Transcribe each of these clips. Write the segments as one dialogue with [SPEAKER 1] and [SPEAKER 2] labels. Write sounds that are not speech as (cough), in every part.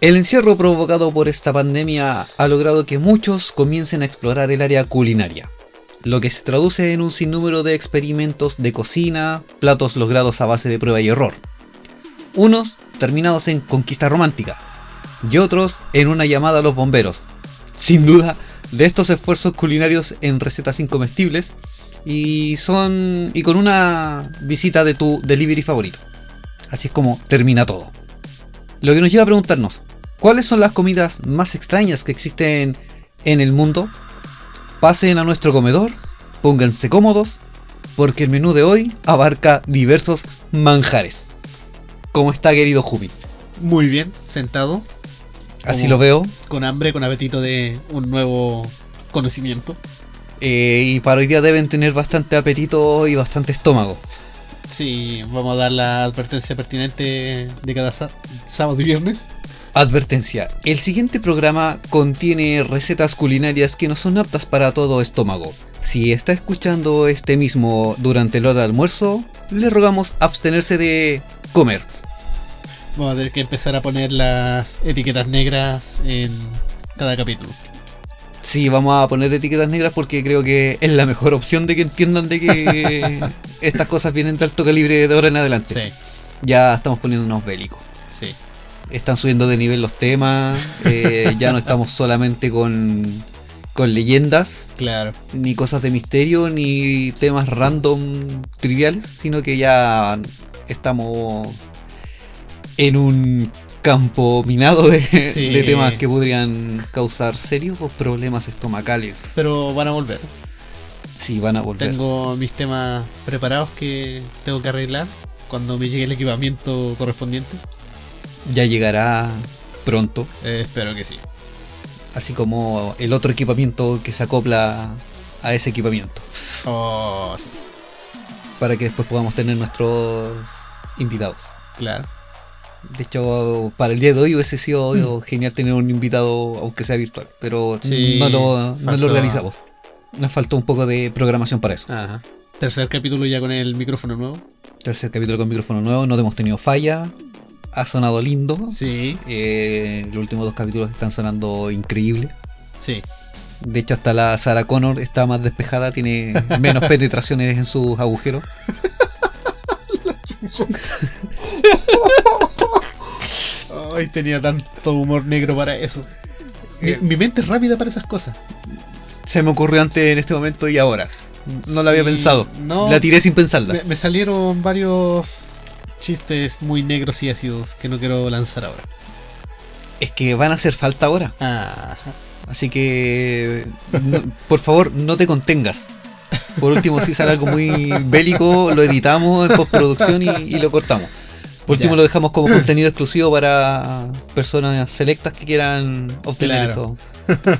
[SPEAKER 1] El encierro provocado por esta pandemia ha logrado que muchos comiencen a explorar el área culinaria, lo que se traduce en un sinnúmero de experimentos de cocina, platos logrados a base de prueba y error. Unos terminados en conquista romántica y otros en una llamada a los bomberos. Sin duda, de estos esfuerzos culinarios en recetas incomestibles y son y con una visita de tu delivery favorito. Así es como termina todo. Lo que nos lleva a preguntarnos, ¿cuáles son las comidas más extrañas que existen en el mundo? Pasen a nuestro comedor, pónganse cómodos, porque el menú de hoy abarca diversos manjares. ¿Cómo está querido Jumi?
[SPEAKER 2] Muy bien, sentado,
[SPEAKER 1] Así
[SPEAKER 2] ¿Cómo?
[SPEAKER 1] lo veo.
[SPEAKER 2] con hambre, con apetito de un nuevo conocimiento.
[SPEAKER 1] eh, y para hoy día deben tener bastante apetito y bastante estómago.
[SPEAKER 2] Sí, vamos a dar la advertencia pertinente de cada sá- sábado y viernes.
[SPEAKER 1] Advertencia, el siguiente programa contiene recetas culinarias que no son aptas para todo estómago. Si está escuchando este mismo durante el hora de almuerzo, le rogamos abstenerse de comer.
[SPEAKER 2] Vamos a tener que empezar a poner las etiquetas negras en cada capítulo.
[SPEAKER 1] Sí, vamos a poner etiquetas negras porque creo que es la mejor opción de que entiendan de que estas cosas vienen de alto calibre de ahora en adelante.
[SPEAKER 2] Sí,
[SPEAKER 1] Ya estamos poniéndonos bélicos.
[SPEAKER 2] sí.
[SPEAKER 1] están subiendo de nivel los temas, eh, ya no estamos solamente con, con leyendas,
[SPEAKER 2] Claro,
[SPEAKER 1] ni cosas de misterio, ni temas random triviales, sino que ya estamos en un campo minado de,
[SPEAKER 2] Sí.
[SPEAKER 1] de temas que podrían causar serios problemas estomacales.
[SPEAKER 2] pero van a volver.
[SPEAKER 1] sí, van a volver.
[SPEAKER 2] Tengo mis temas preparados que tengo que arreglar cuando me llegue el equipamiento correspondiente.
[SPEAKER 1] Ya llegará pronto,
[SPEAKER 2] Eh, espero que sí.
[SPEAKER 1] así como el otro equipamiento que se acopla a ese equipamiento.
[SPEAKER 2] Oh, sí,
[SPEAKER 1] para que después podamos tener nuestros invitados.
[SPEAKER 2] claro.
[SPEAKER 1] De hecho, para el día de hoy hubiese
[SPEAKER 2] Mm.
[SPEAKER 1] sido genial tener un invitado, aunque sea virtual, pero
[SPEAKER 2] Sí,
[SPEAKER 1] no, lo, no
[SPEAKER 2] faltó.
[SPEAKER 1] lo organizamos. Nos faltó un poco de programación para eso.
[SPEAKER 2] Ajá. Tercer capítulo ya con el micrófono nuevo.
[SPEAKER 1] Tercer capítulo con micrófono nuevo, no hemos tenido falla, ha sonado lindo.
[SPEAKER 2] Sí,
[SPEAKER 1] eh, los últimos dos capítulos están sonando increíble.
[SPEAKER 2] sí.
[SPEAKER 1] De hecho, hasta la Sarah Connor está más despejada, tiene
[SPEAKER 2] (laughs)
[SPEAKER 1] menos penetraciones en sus agujeros.
[SPEAKER 2] Ay, tenía tanto humor negro para eso. Mi,
[SPEAKER 1] Eh.
[SPEAKER 2] mi mente es rápida para esas cosas.
[SPEAKER 1] Se me ocurrió antes en este momento y ahora. No lo había
[SPEAKER 2] Sí,
[SPEAKER 1] pensado.
[SPEAKER 2] No,
[SPEAKER 1] La tiré sin pensarla.
[SPEAKER 2] me, me salieron varios chistes muy negros y ácidos que no quiero lanzar ahora.
[SPEAKER 1] Es que van a hacer falta ahora.
[SPEAKER 2] Ah,
[SPEAKER 1] Así que, no- por favor, no te contengas. Por último, si sale algo muy bélico, lo editamos en postproducción y, y lo cortamos. Por último,
[SPEAKER 2] Ya.
[SPEAKER 1] lo dejamos como contenido exclusivo para personas selectas que quieran obtener
[SPEAKER 2] Claro.
[SPEAKER 1] esto.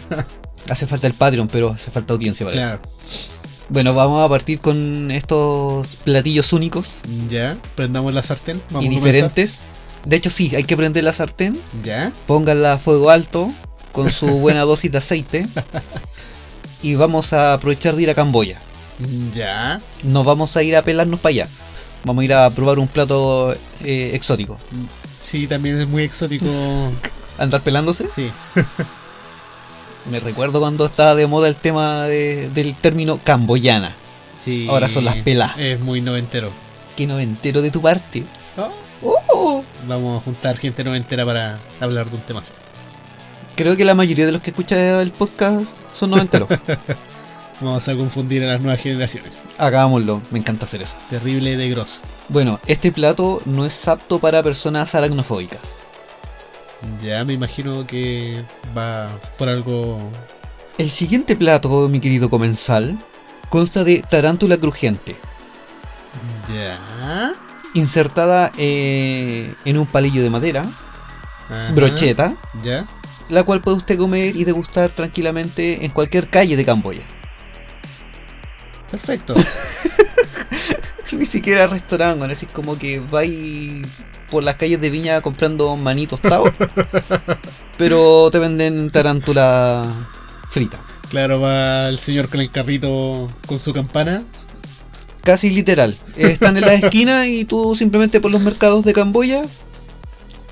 [SPEAKER 1] Hace falta el Patreon, pero hace falta audiencia para
[SPEAKER 2] claro.
[SPEAKER 1] eso. Bueno, vamos a partir con estos platillos únicos
[SPEAKER 2] Ya, prendamos la sartén. Vamos
[SPEAKER 1] y
[SPEAKER 2] a comenzar.
[SPEAKER 1] diferentes. De hecho, sí, hay que prender la sartén
[SPEAKER 2] Ya,
[SPEAKER 1] pónganla a fuego alto con su buena dosis de aceite y vamos a aprovechar de ir a Camboya.
[SPEAKER 2] ya.
[SPEAKER 1] Nos vamos a ir a pelarnos para allá. Vamos a ir a probar un plato eh, exótico.
[SPEAKER 2] Sí, también es muy
[SPEAKER 1] (laughs)
[SPEAKER 2] exótico.
[SPEAKER 1] ¿Andar pelándose?
[SPEAKER 2] Sí,
[SPEAKER 1] Me recuerdo cuando estaba de moda el tema de- del término camboyana.
[SPEAKER 2] sí.
[SPEAKER 1] Ahora son las pelas.
[SPEAKER 2] Es muy noventero.
[SPEAKER 1] Que no me entero de tu parte.
[SPEAKER 2] Oh,
[SPEAKER 1] ¡Oh!
[SPEAKER 2] Vamos a juntar gente noventera para hablar de un tema así.
[SPEAKER 1] Creo que la mayoría de los que escuchan el podcast son noventeros.
[SPEAKER 2] Vamos a confundir a las nuevas generaciones.
[SPEAKER 1] Hagámoslo, me encanta hacer eso.
[SPEAKER 2] Terrible de grosso.
[SPEAKER 1] Bueno, este plato no es apto para personas aracnofóbicas.
[SPEAKER 2] Ya me imagino que va por algo.
[SPEAKER 1] El siguiente plato, mi querido comensal, consta de tarántula crujiente,
[SPEAKER 2] Ya.
[SPEAKER 1] insertada eh, en un palillo de madera,
[SPEAKER 2] Ajá.
[SPEAKER 1] brocheta,
[SPEAKER 2] Ya.
[SPEAKER 1] la cual puede usted comer y degustar tranquilamente en cualquier calle de Camboya. (laughs)
[SPEAKER 2] Perfecto. (laughs)
[SPEAKER 1] Ni siquiera restaurante, weón, así es como que vais por las calles de Viña comprando maní tostado, pero te venden tarántula frita.
[SPEAKER 2] claro, va el señor con el carrito con su campana.
[SPEAKER 1] Casi literal. Eh, Están
[SPEAKER 2] (laughs)
[SPEAKER 1] en las esquinas y tú simplemente por los mercados de Camboya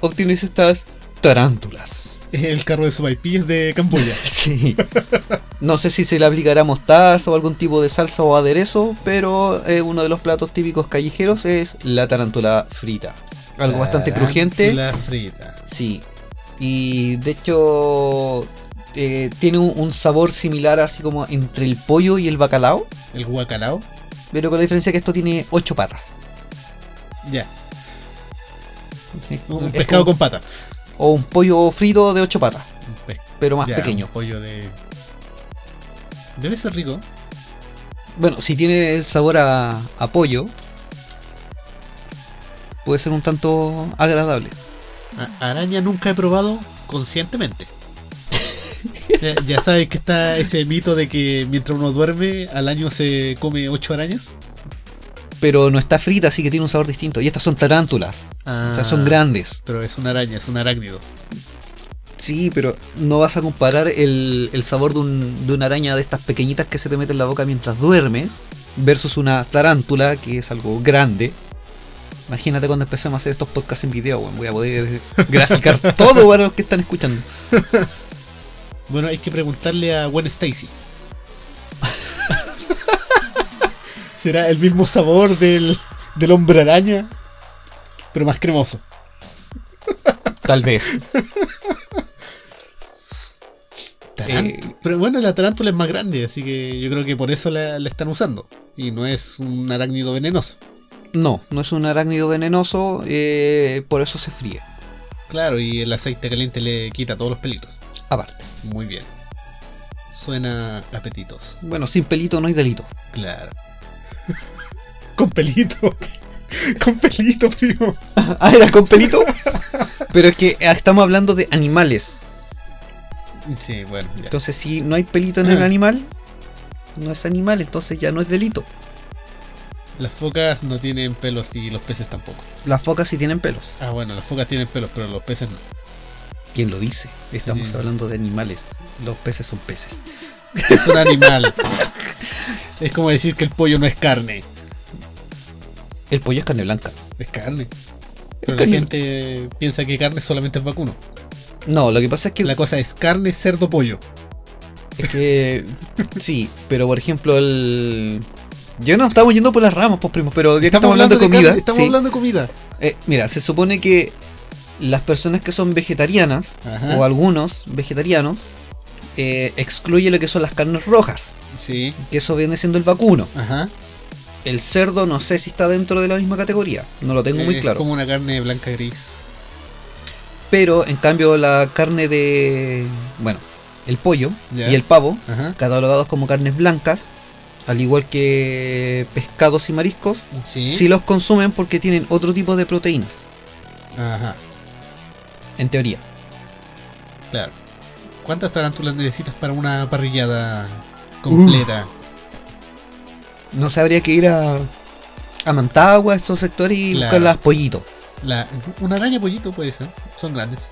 [SPEAKER 1] obtienes estas tarántulas.
[SPEAKER 2] El carro de sopaipillas de Camboya.
[SPEAKER 1] Sí. No sé si se le aplicará mostaza o algún tipo de salsa o aderezo, pero eh, uno de los platos típicos callejeros es la tarántula frita. Algo bastante crujiente.
[SPEAKER 2] La frita.
[SPEAKER 1] Sí. Y de hecho eh, tiene un, un sabor similar así como entre el pollo y el bacalao,
[SPEAKER 2] El guacalao.
[SPEAKER 1] pero con la diferencia que esto tiene ocho patas.
[SPEAKER 2] Ya.
[SPEAKER 1] Sí,
[SPEAKER 2] Un
[SPEAKER 1] es
[SPEAKER 2] pescado
[SPEAKER 1] como-
[SPEAKER 2] con pata.
[SPEAKER 1] O un pollo frito de ocho patas,
[SPEAKER 2] Un pe-
[SPEAKER 1] pero más
[SPEAKER 2] ya,
[SPEAKER 1] pequeño.
[SPEAKER 2] Un pollo de. Debe ser rico.
[SPEAKER 1] Bueno, si tiene el sabor a, a pollo, puede ser un tanto agradable.
[SPEAKER 2] A- araña nunca he probado conscientemente. (laughs) ya, ya sabes que está ese mito de que mientras uno duerme, al año se come ocho arañas.
[SPEAKER 1] Pero no está frita, así que tiene un sabor distinto. Y estas son tarántulas, o sea, son
[SPEAKER 2] Ah,
[SPEAKER 1] grandes.
[SPEAKER 2] Pero es una araña, es un arácnido.
[SPEAKER 1] Sí, pero no vas a comparar el, el sabor de, un- de una araña de estas pequeñitas que se te mete en la boca mientras duermes versus una tarántula que es algo grande. Imagínate cuando empecemos a hacer estos podcasts en video, weón, voy a poder (laughs) graficar todo para los que están escuchando.
[SPEAKER 2] Bueno, hay que preguntarle a Gwen Stacy. (laughs) ¿Será el mismo sabor del, del hombre araña? Pero más cremoso.
[SPEAKER 1] Tal vez.
[SPEAKER 2] Tarant-
[SPEAKER 1] Eh.
[SPEAKER 2] Pero bueno, la tarántula es más grande, así que yo creo que por eso la, la están usando. Y no es un arácnido venenoso.
[SPEAKER 1] No, no es un arácnido venenoso, eh, por eso se fríe.
[SPEAKER 2] Claro, y el aceite caliente le quita todos los pelitos.
[SPEAKER 1] Aparte.
[SPEAKER 2] Muy bien. Suena apetitos.
[SPEAKER 1] Bueno, sin pelito no hay delito. (laughs)
[SPEAKER 2] Claro. (laughs) Con pelito. (laughs) Con pelito, primo.
[SPEAKER 1] ah, era con pelito. Pero es que eh, estamos hablando de animales.
[SPEAKER 2] Sí, bueno, ya.
[SPEAKER 1] Entonces, si no hay pelito en el
[SPEAKER 2] Ah.
[SPEAKER 1] animal, no es animal, entonces ya no es delito.
[SPEAKER 2] Las focas no tienen pelos y los peces tampoco.
[SPEAKER 1] Las focas sí tienen pelos.
[SPEAKER 2] Ah, bueno, las focas tienen pelos, pero los peces no.
[SPEAKER 1] ¿Quién lo dice? Estamos
[SPEAKER 2] Sí.
[SPEAKER 1] hablando de animales. Los peces son peces.
[SPEAKER 2] Es un animal. es como decir que el pollo no es carne.
[SPEAKER 1] El pollo es carne blanca.
[SPEAKER 2] Es carne. Pero la
[SPEAKER 1] carne.
[SPEAKER 2] gente piensa que carne solamente es vacuno.
[SPEAKER 1] No, lo que pasa es que.
[SPEAKER 2] La cosa es carne, cerdo, pollo.
[SPEAKER 1] Es que. (laughs) sí, pero por ejemplo, el. Ya no estamos yendo por las ramas, pues primo, pero ya que estamos, hablando de
[SPEAKER 2] carne,
[SPEAKER 1] comida.
[SPEAKER 2] estamos
[SPEAKER 1] sí.
[SPEAKER 2] hablando de comida.
[SPEAKER 1] Eh, mira, se supone que las personas que son vegetarianas,
[SPEAKER 2] Ajá.
[SPEAKER 1] o algunos vegetarianos, eh, excluye lo que son las carnes rojas,
[SPEAKER 2] Sí.
[SPEAKER 1] que eso viene siendo el vacuno.
[SPEAKER 2] Ajá.
[SPEAKER 1] El cerdo no sé si está dentro de la misma categoría, no lo tengo muy
[SPEAKER 2] Es
[SPEAKER 1] claro.
[SPEAKER 2] Eh, como una carne blanca gris.
[SPEAKER 1] Pero en cambio la carne de... bueno, el pollo
[SPEAKER 2] Ya.
[SPEAKER 1] y el pavo,
[SPEAKER 2] Ajá.
[SPEAKER 1] catalogados como carnes blancas, al igual que pescados y mariscos,
[SPEAKER 2] Sí.
[SPEAKER 1] si los consumen porque tienen otro tipo de proteínas,
[SPEAKER 2] Ajá.
[SPEAKER 1] en teoría.
[SPEAKER 2] Claro. ¿Cuántas tarántulas necesitas para una parrillada completa?
[SPEAKER 1] No se habría que ir a, a Mantagua, a estos sectores y
[SPEAKER 2] Claro.
[SPEAKER 1] buscar las pollitos.
[SPEAKER 2] La- una araña pollito puede ser. Son grandes.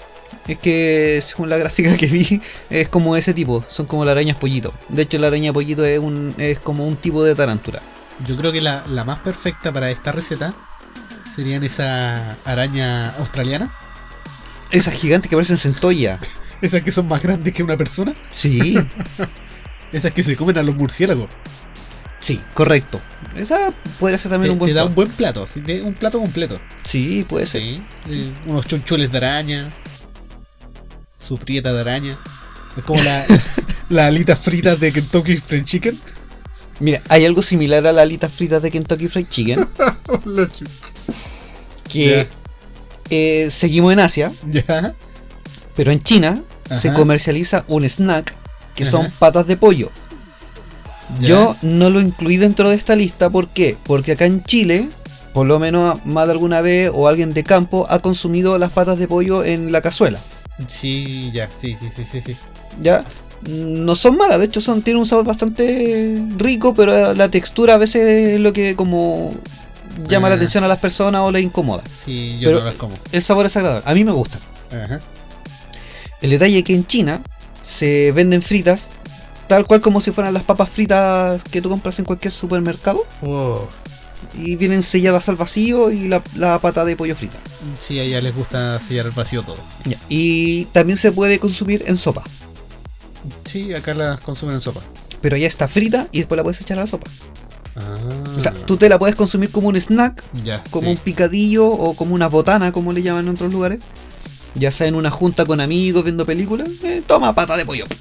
[SPEAKER 1] Es que según la gráfica que vi, es como ese tipo, son como las arañas pollito. De hecho, la araña pollito es, un, es como un tipo de tarántula.
[SPEAKER 2] Yo creo que la, la más perfecta para esta receta serían esa araña australiana.
[SPEAKER 1] Esas gigantes que parecen centolla.
[SPEAKER 2] Esas que son más grandes que una persona. (laughs)
[SPEAKER 1] Sí,
[SPEAKER 2] Esas que se comen a los murciélagos.
[SPEAKER 1] sí, correcto. Esa podría ser
[SPEAKER 2] Te,
[SPEAKER 1] también un
[SPEAKER 2] te
[SPEAKER 1] buen
[SPEAKER 2] da
[SPEAKER 1] plato.
[SPEAKER 2] un buen plato. así, de- Un plato completo.
[SPEAKER 1] Sí, puede ser.
[SPEAKER 2] Sí. Eh, unos chonchules de araña. Su prieta de araña. Es
[SPEAKER 1] (laughs)
[SPEAKER 2] como la- las alitas fritas de Kentucky Fried Chicken. (laughs)
[SPEAKER 1] Mira, hay algo similar a las alitas fritas de Kentucky Fried
[SPEAKER 2] (laughs)
[SPEAKER 1] Chicken,
[SPEAKER 2] Los chu-
[SPEAKER 1] que eh, seguimos en Asia.
[SPEAKER 2] ya.
[SPEAKER 1] Pero en China se
[SPEAKER 2] Ajá.
[SPEAKER 1] comercializa un snack que son
[SPEAKER 2] Ajá.
[SPEAKER 1] patas de pollo.
[SPEAKER 2] Ya.
[SPEAKER 1] Yo no lo incluí dentro de esta lista, ¿por qué? Porque acá en Chile, por lo menos más de alguna vez o alguien de campo ha consumido las patas de pollo en la cazuela.
[SPEAKER 2] Sí, ya, sí, sí, sí, sí, sí.
[SPEAKER 1] ¿ya? No son malas, de hecho son, tienen un sabor bastante rico, pero la textura a veces es lo que como llama la
[SPEAKER 2] Ah.
[SPEAKER 1] atención a las personas o les incomoda.
[SPEAKER 2] Sí, yo
[SPEAKER 1] Pero-
[SPEAKER 2] no las como.
[SPEAKER 1] El sabor es agradable, a mí me gusta.
[SPEAKER 2] Ajá.
[SPEAKER 1] El detalle es que en China se venden fritas tal cual como si fueran las papas fritas que tú compras en cualquier supermercado
[SPEAKER 2] Oh,
[SPEAKER 1] y vienen selladas al vacío y la, la pata de pollo frita.
[SPEAKER 2] sí, a ella les gusta sellar el vacío todo.
[SPEAKER 1] Ya, Y también se puede consumir en sopa,
[SPEAKER 2] Sí, acá las consumen en sopa.
[SPEAKER 1] pero ya está frita y después la puedes echar a la sopa.
[SPEAKER 2] Ah,
[SPEAKER 1] O sea, tú te la puedes consumir como un snack
[SPEAKER 2] ya,
[SPEAKER 1] como un
[SPEAKER 2] sí.
[SPEAKER 1] picadillo o como una botana, como le llaman en otros lugares. Ya sea en una junta con amigos viendo películas, eh, toma pata de pollo.
[SPEAKER 2] (laughs)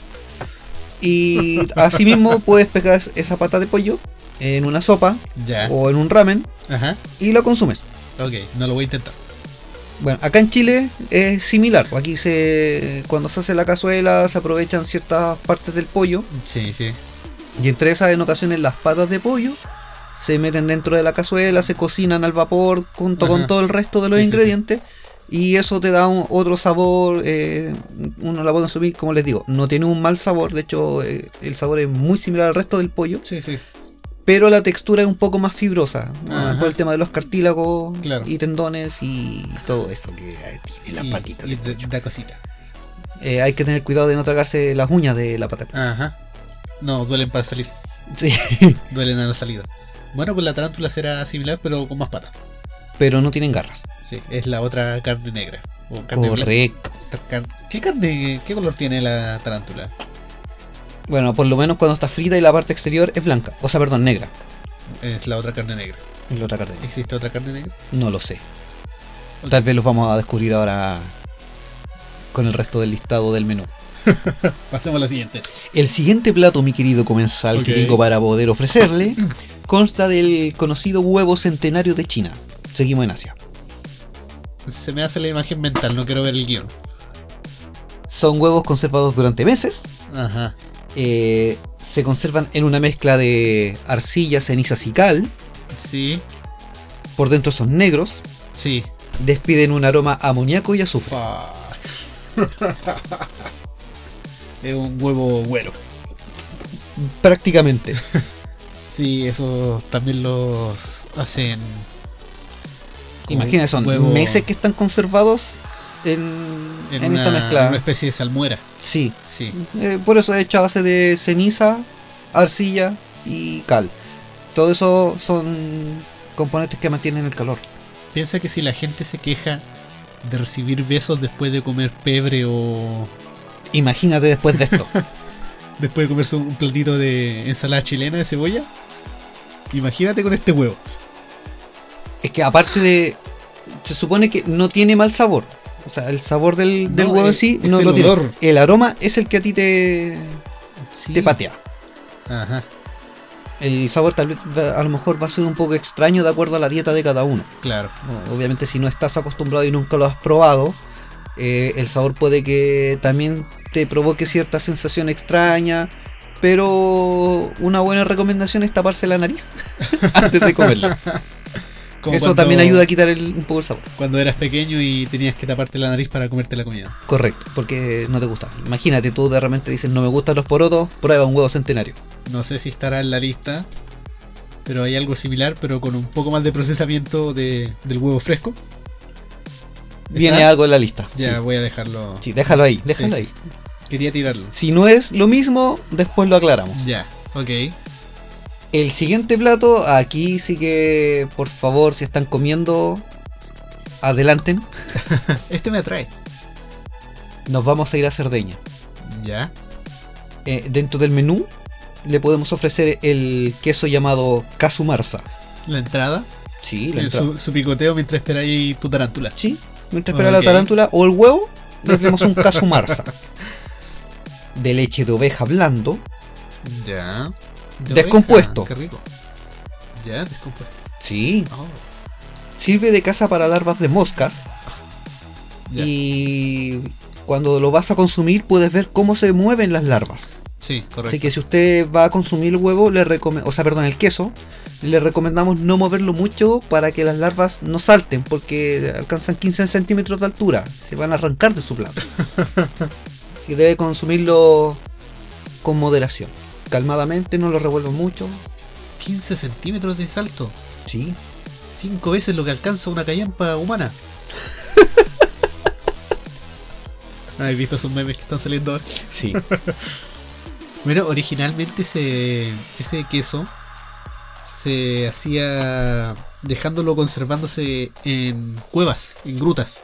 [SPEAKER 1] Y asimismo puedes pegar esa pata de pollo en una sopa
[SPEAKER 2] ya.
[SPEAKER 1] o en un ramen
[SPEAKER 2] Ajá.
[SPEAKER 1] y lo consumes.
[SPEAKER 2] Ok, no lo voy a intentar.
[SPEAKER 1] Bueno, acá en Chile es similar. Aquí se cuando se hace la cazuela se aprovechan ciertas partes del pollo
[SPEAKER 2] Sí, sí.
[SPEAKER 1] y entre esas en ocasiones las patas de pollo se meten dentro de la cazuela, se cocinan al vapor junto con
[SPEAKER 2] Ajá.
[SPEAKER 1] todo el resto de los
[SPEAKER 2] Sí, sí, sí.
[SPEAKER 1] ingredientes y eso te da un- otro sabor, eh, uno la puede consumir, como les digo, no tiene un mal sabor, de hecho eh, el sabor es muy similar al resto del pollo,
[SPEAKER 2] Sí, sí.
[SPEAKER 1] pero la textura es un poco más fibrosa, ah,
[SPEAKER 2] Ajá.
[SPEAKER 1] por el tema de los cartílagos
[SPEAKER 2] Claro.
[SPEAKER 1] y tendones y todo eso que eh, tiene las
[SPEAKER 2] Y-
[SPEAKER 1] patitas.
[SPEAKER 2] y
[SPEAKER 1] del
[SPEAKER 2] da-
[SPEAKER 1] pollo.
[SPEAKER 2] da cosita.
[SPEAKER 1] Eh, hay que tener cuidado de no tragarse las uñas de la pata.
[SPEAKER 2] Ajá. No, duelen para salir.
[SPEAKER 1] Sí. (laughs)
[SPEAKER 2] Duelen a la salida. Bueno, pues la tarántula será similar, pero con más patas.
[SPEAKER 1] Pero no tienen garras.
[SPEAKER 2] Sí, es la otra carne negra. O carne blanca.
[SPEAKER 1] Correcto.
[SPEAKER 2] Car- ¿Qué carne, qué color tiene la tarántula?
[SPEAKER 1] Bueno, por lo menos cuando está frita y la parte exterior es blanca. O sea, perdón, negra.
[SPEAKER 2] Es la otra carne negra.
[SPEAKER 1] Es la otra carne.
[SPEAKER 2] ¿Existe otra carne negra?
[SPEAKER 1] No lo sé.
[SPEAKER 2] Ok.
[SPEAKER 1] Tal vez los vamos a descubrir ahora con el resto del listado del menú.
[SPEAKER 2] Pasemos a la siguiente.
[SPEAKER 1] El siguiente plato, mi querido comensal, que
[SPEAKER 2] Ok.
[SPEAKER 1] tengo para poder ofrecerle, consta del conocido huevo centenario de China. Seguimos en Asia.
[SPEAKER 2] Se me hace la imagen mental, no quiero ver el guión.
[SPEAKER 1] Son huevos conservados durante meses.
[SPEAKER 2] Ajá.
[SPEAKER 1] eh, se conservan en una mezcla de arcilla, cenizas y cal.
[SPEAKER 2] Sí,
[SPEAKER 1] Por dentro son negros.
[SPEAKER 2] sí.
[SPEAKER 1] Despiden un aroma a amoníaco y azufre.
[SPEAKER 2] Fuck. (laughs) es un huevo güero.
[SPEAKER 1] Prácticamente.
[SPEAKER 2] Sí, eso también los hacen. (laughs) como
[SPEAKER 1] Imagina, son
[SPEAKER 2] huevo
[SPEAKER 1] meses que están conservados en,
[SPEAKER 2] en,
[SPEAKER 1] en
[SPEAKER 2] una,
[SPEAKER 1] esta
[SPEAKER 2] en una
[SPEAKER 1] mezcla.
[SPEAKER 2] especie de salmuera.
[SPEAKER 1] Sí,
[SPEAKER 2] Sí.
[SPEAKER 1] Eh, por eso es hecho a base de ceniza, arcilla y cal. Todo eso son componentes que mantienen el calor.
[SPEAKER 2] Piensa que si la gente se queja de recibir besos después de comer pebre o
[SPEAKER 1] Imagínate después de
[SPEAKER 2] (laughs)
[SPEAKER 1] esto.
[SPEAKER 2] después de comerse un platito de ensalada chilena de cebolla, imagínate con este huevo.
[SPEAKER 1] es que aparte de... Se supone que no tiene mal sabor. O sea, el sabor del, del
[SPEAKER 2] No,
[SPEAKER 1] huevo en
[SPEAKER 2] es-
[SPEAKER 1] sí
[SPEAKER 2] es
[SPEAKER 1] no
[SPEAKER 2] el
[SPEAKER 1] lo tiene.
[SPEAKER 2] olor.
[SPEAKER 1] El aroma es el que a ti te,
[SPEAKER 2] Sí.
[SPEAKER 1] te patea.
[SPEAKER 2] Ajá,
[SPEAKER 1] El sabor tal vez va- a lo mejor va a ser un poco extraño de acuerdo a la dieta de cada uno.
[SPEAKER 2] claro.
[SPEAKER 1] No, Obviamente si no estás acostumbrado y nunca lo has probado, eh, el sabor puede que también te provoque cierta sensación extraña, pero una buena recomendación es taparse la nariz (laughs) antes de comerlo.
[SPEAKER 2] Como
[SPEAKER 1] Eso
[SPEAKER 2] cuando-
[SPEAKER 1] también ayuda a quitar el- un poco el sabor.
[SPEAKER 2] Cuando eras pequeño y tenías que taparte la nariz para comerte la comida.
[SPEAKER 1] Correcto, porque no te gusta. Imagínate, tú de repente dices, no me gustan los porotos, prueba un huevo centenario.
[SPEAKER 2] No sé si estará en la lista, pero hay algo similar, pero con un poco más de procesamiento de- del huevo fresco.
[SPEAKER 1] Viene
[SPEAKER 2] ¿Está?
[SPEAKER 1] algo en la lista.
[SPEAKER 2] Ya
[SPEAKER 1] sí.
[SPEAKER 2] voy a dejarlo.
[SPEAKER 1] Sí, déjalo ahí, déjalo
[SPEAKER 2] Sí.
[SPEAKER 1] ahí.
[SPEAKER 2] Quería tirarlo.
[SPEAKER 1] Si no es lo mismo, después lo aclaramos.
[SPEAKER 2] Ya, ok.
[SPEAKER 1] El siguiente plato, aquí sí que, por favor, si están comiendo, adelanten.
[SPEAKER 2] Este me atrae.
[SPEAKER 1] Nos vamos a ir a Cerdeña.
[SPEAKER 2] Ya.
[SPEAKER 1] Eh, dentro del menú le podemos ofrecer el queso llamado casumarza.
[SPEAKER 2] La entrada.
[SPEAKER 1] Sí, la
[SPEAKER 2] eh,
[SPEAKER 1] entrada.
[SPEAKER 2] Su, su picoteo mientras esperáis tu tarántula.
[SPEAKER 1] Sí, mientras espera la
[SPEAKER 2] Ok.
[SPEAKER 1] tarántula o el huevo, le tenemos un casumarza. De leche de oveja blando,
[SPEAKER 2] Ya.
[SPEAKER 1] Descompuesto.
[SPEAKER 2] oveja, Qué rico. Ya, descompuesto.
[SPEAKER 1] sí,
[SPEAKER 2] Oh,
[SPEAKER 1] sirve de caza para larvas de moscas
[SPEAKER 2] ya.
[SPEAKER 1] y cuando lo vas a consumir puedes ver cómo se mueven las larvas.
[SPEAKER 2] Sí, correcto.
[SPEAKER 1] Así que si usted va a consumir el huevo, le recome- o sea, perdón, el queso, le recomendamos no moverlo mucho para que las larvas no salten, porque alcanzan 15 centímetros de altura, se van a arrancar de su
[SPEAKER 2] (laughs)
[SPEAKER 1] plato. Así que debe consumirlo con moderación, calmadamente, no lo revuelva mucho.
[SPEAKER 2] 15 centímetros de salto.
[SPEAKER 1] Sí,
[SPEAKER 2] Cinco veces lo que alcanza una
[SPEAKER 1] (laughs)
[SPEAKER 2] callampa humana. ¿Has visto esos memes que están saliendo ahora?
[SPEAKER 1] sí.
[SPEAKER 2] Bueno, originalmente ese, ese queso se hacía dejándolo conservándose en cuevas, en grutas.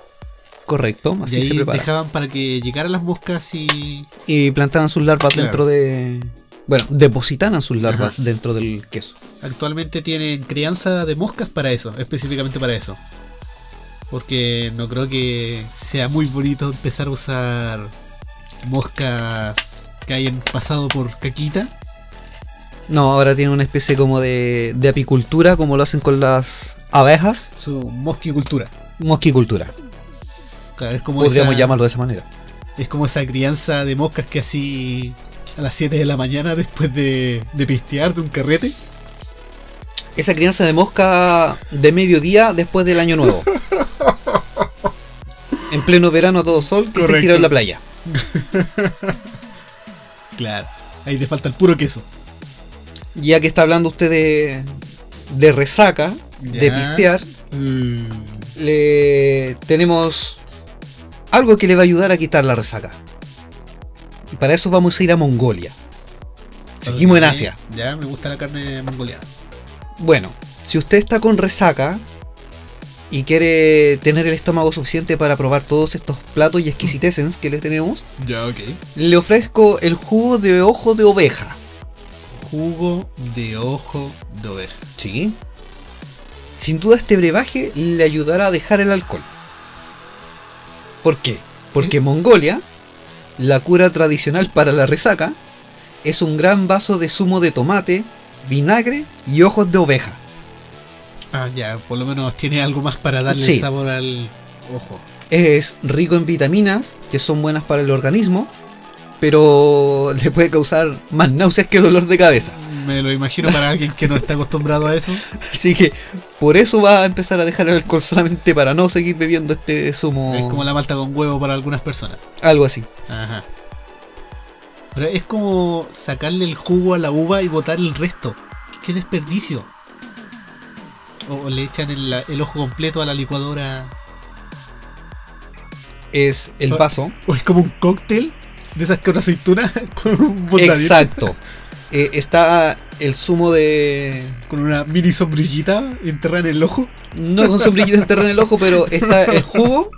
[SPEAKER 1] Correcto, así
[SPEAKER 2] y
[SPEAKER 1] se
[SPEAKER 2] ahí
[SPEAKER 1] prepara.
[SPEAKER 2] dejaban para que llegaran las moscas y...
[SPEAKER 1] Y plantaran sus larvas
[SPEAKER 2] Claro.
[SPEAKER 1] dentro de... Bueno, depositaran sus larvas dentro del queso.
[SPEAKER 2] Actualmente tienen crianza de moscas para eso, específicamente para eso. Porque no creo que sea muy bonito empezar a usar moscas que hayan pasado por caquita.
[SPEAKER 1] No, ahora tiene una especie como de, de apicultura, como lo hacen con las abejas.
[SPEAKER 2] Su mosquicultura.
[SPEAKER 1] Mosquicultura,
[SPEAKER 2] Claro, es como
[SPEAKER 1] podríamos
[SPEAKER 2] esa-
[SPEAKER 1] llamarlo de esa manera.
[SPEAKER 2] Es como esa crianza de moscas que así a las 7 de la mañana después de, de pistear de un carrete.
[SPEAKER 1] Esa crianza de mosca de mediodía después del año
[SPEAKER 2] (laughs)
[SPEAKER 1] nuevo. en pleno verano a todo sol, que se
[SPEAKER 2] Correcto.
[SPEAKER 1] estiró en la playa.
[SPEAKER 2] Claro. Ahí te falta el puro queso.
[SPEAKER 1] Ya que está hablando usted de, de resaca, de
[SPEAKER 2] Ya.
[SPEAKER 1] pistear,
[SPEAKER 2] Mm,
[SPEAKER 1] le tenemos algo que le va a ayudar a quitar la resaca. Y para eso vamos a ir a Mongolia. Seguimos en
[SPEAKER 2] ok.
[SPEAKER 1] Asia.
[SPEAKER 2] Ya, me gusta la carne mongoliana.
[SPEAKER 1] Bueno, si usted está con resaca y quiere tener el estómago suficiente para probar todos estos platos y exquisiteces que les tenemos,
[SPEAKER 2] Ya, ok.
[SPEAKER 1] le ofrezco el jugo de ojo de oveja.
[SPEAKER 2] Jugo de ojo de oveja.
[SPEAKER 1] Sí. Sin duda este brebaje le ayudará a dejar el alcohol. ¿Por qué? Porque en Mongolia, la cura tradicional para la resaca, es un gran vaso de zumo de tomate, vinagre y ojos de oveja.
[SPEAKER 2] Ah, ya, por lo menos tiene algo más para darle
[SPEAKER 1] Sí.
[SPEAKER 2] sabor al ojo.
[SPEAKER 1] Es rico en vitaminas, que son buenas para el organismo, pero (laughs) le puede causar más náuseas que dolor de cabeza.
[SPEAKER 2] Me lo imagino para alguien que no está acostumbrado
[SPEAKER 1] (laughs)
[SPEAKER 2] a eso.
[SPEAKER 1] Así que por eso va a empezar a dejar el alcohol solamente para no seguir bebiendo este zumo.
[SPEAKER 2] Es como la malta con huevo para algunas personas.
[SPEAKER 1] Algo así.
[SPEAKER 2] Ajá. Pero es como sacarle el jugo a la uva y botar el resto. ¡Qué desperdicio! O o le echan el, el ojo completo a la licuadora.
[SPEAKER 1] Es el
[SPEAKER 2] Ah,
[SPEAKER 1] vaso.
[SPEAKER 2] O es como un cóctel de esas con aceituna (laughs) con un botadito,
[SPEAKER 1] Exacto. Eh, está el zumo de.
[SPEAKER 2] Con una mini sombrillita enterrada en el ojo.
[SPEAKER 1] No con sombrillita enterrada en el ojo, pero está el jugo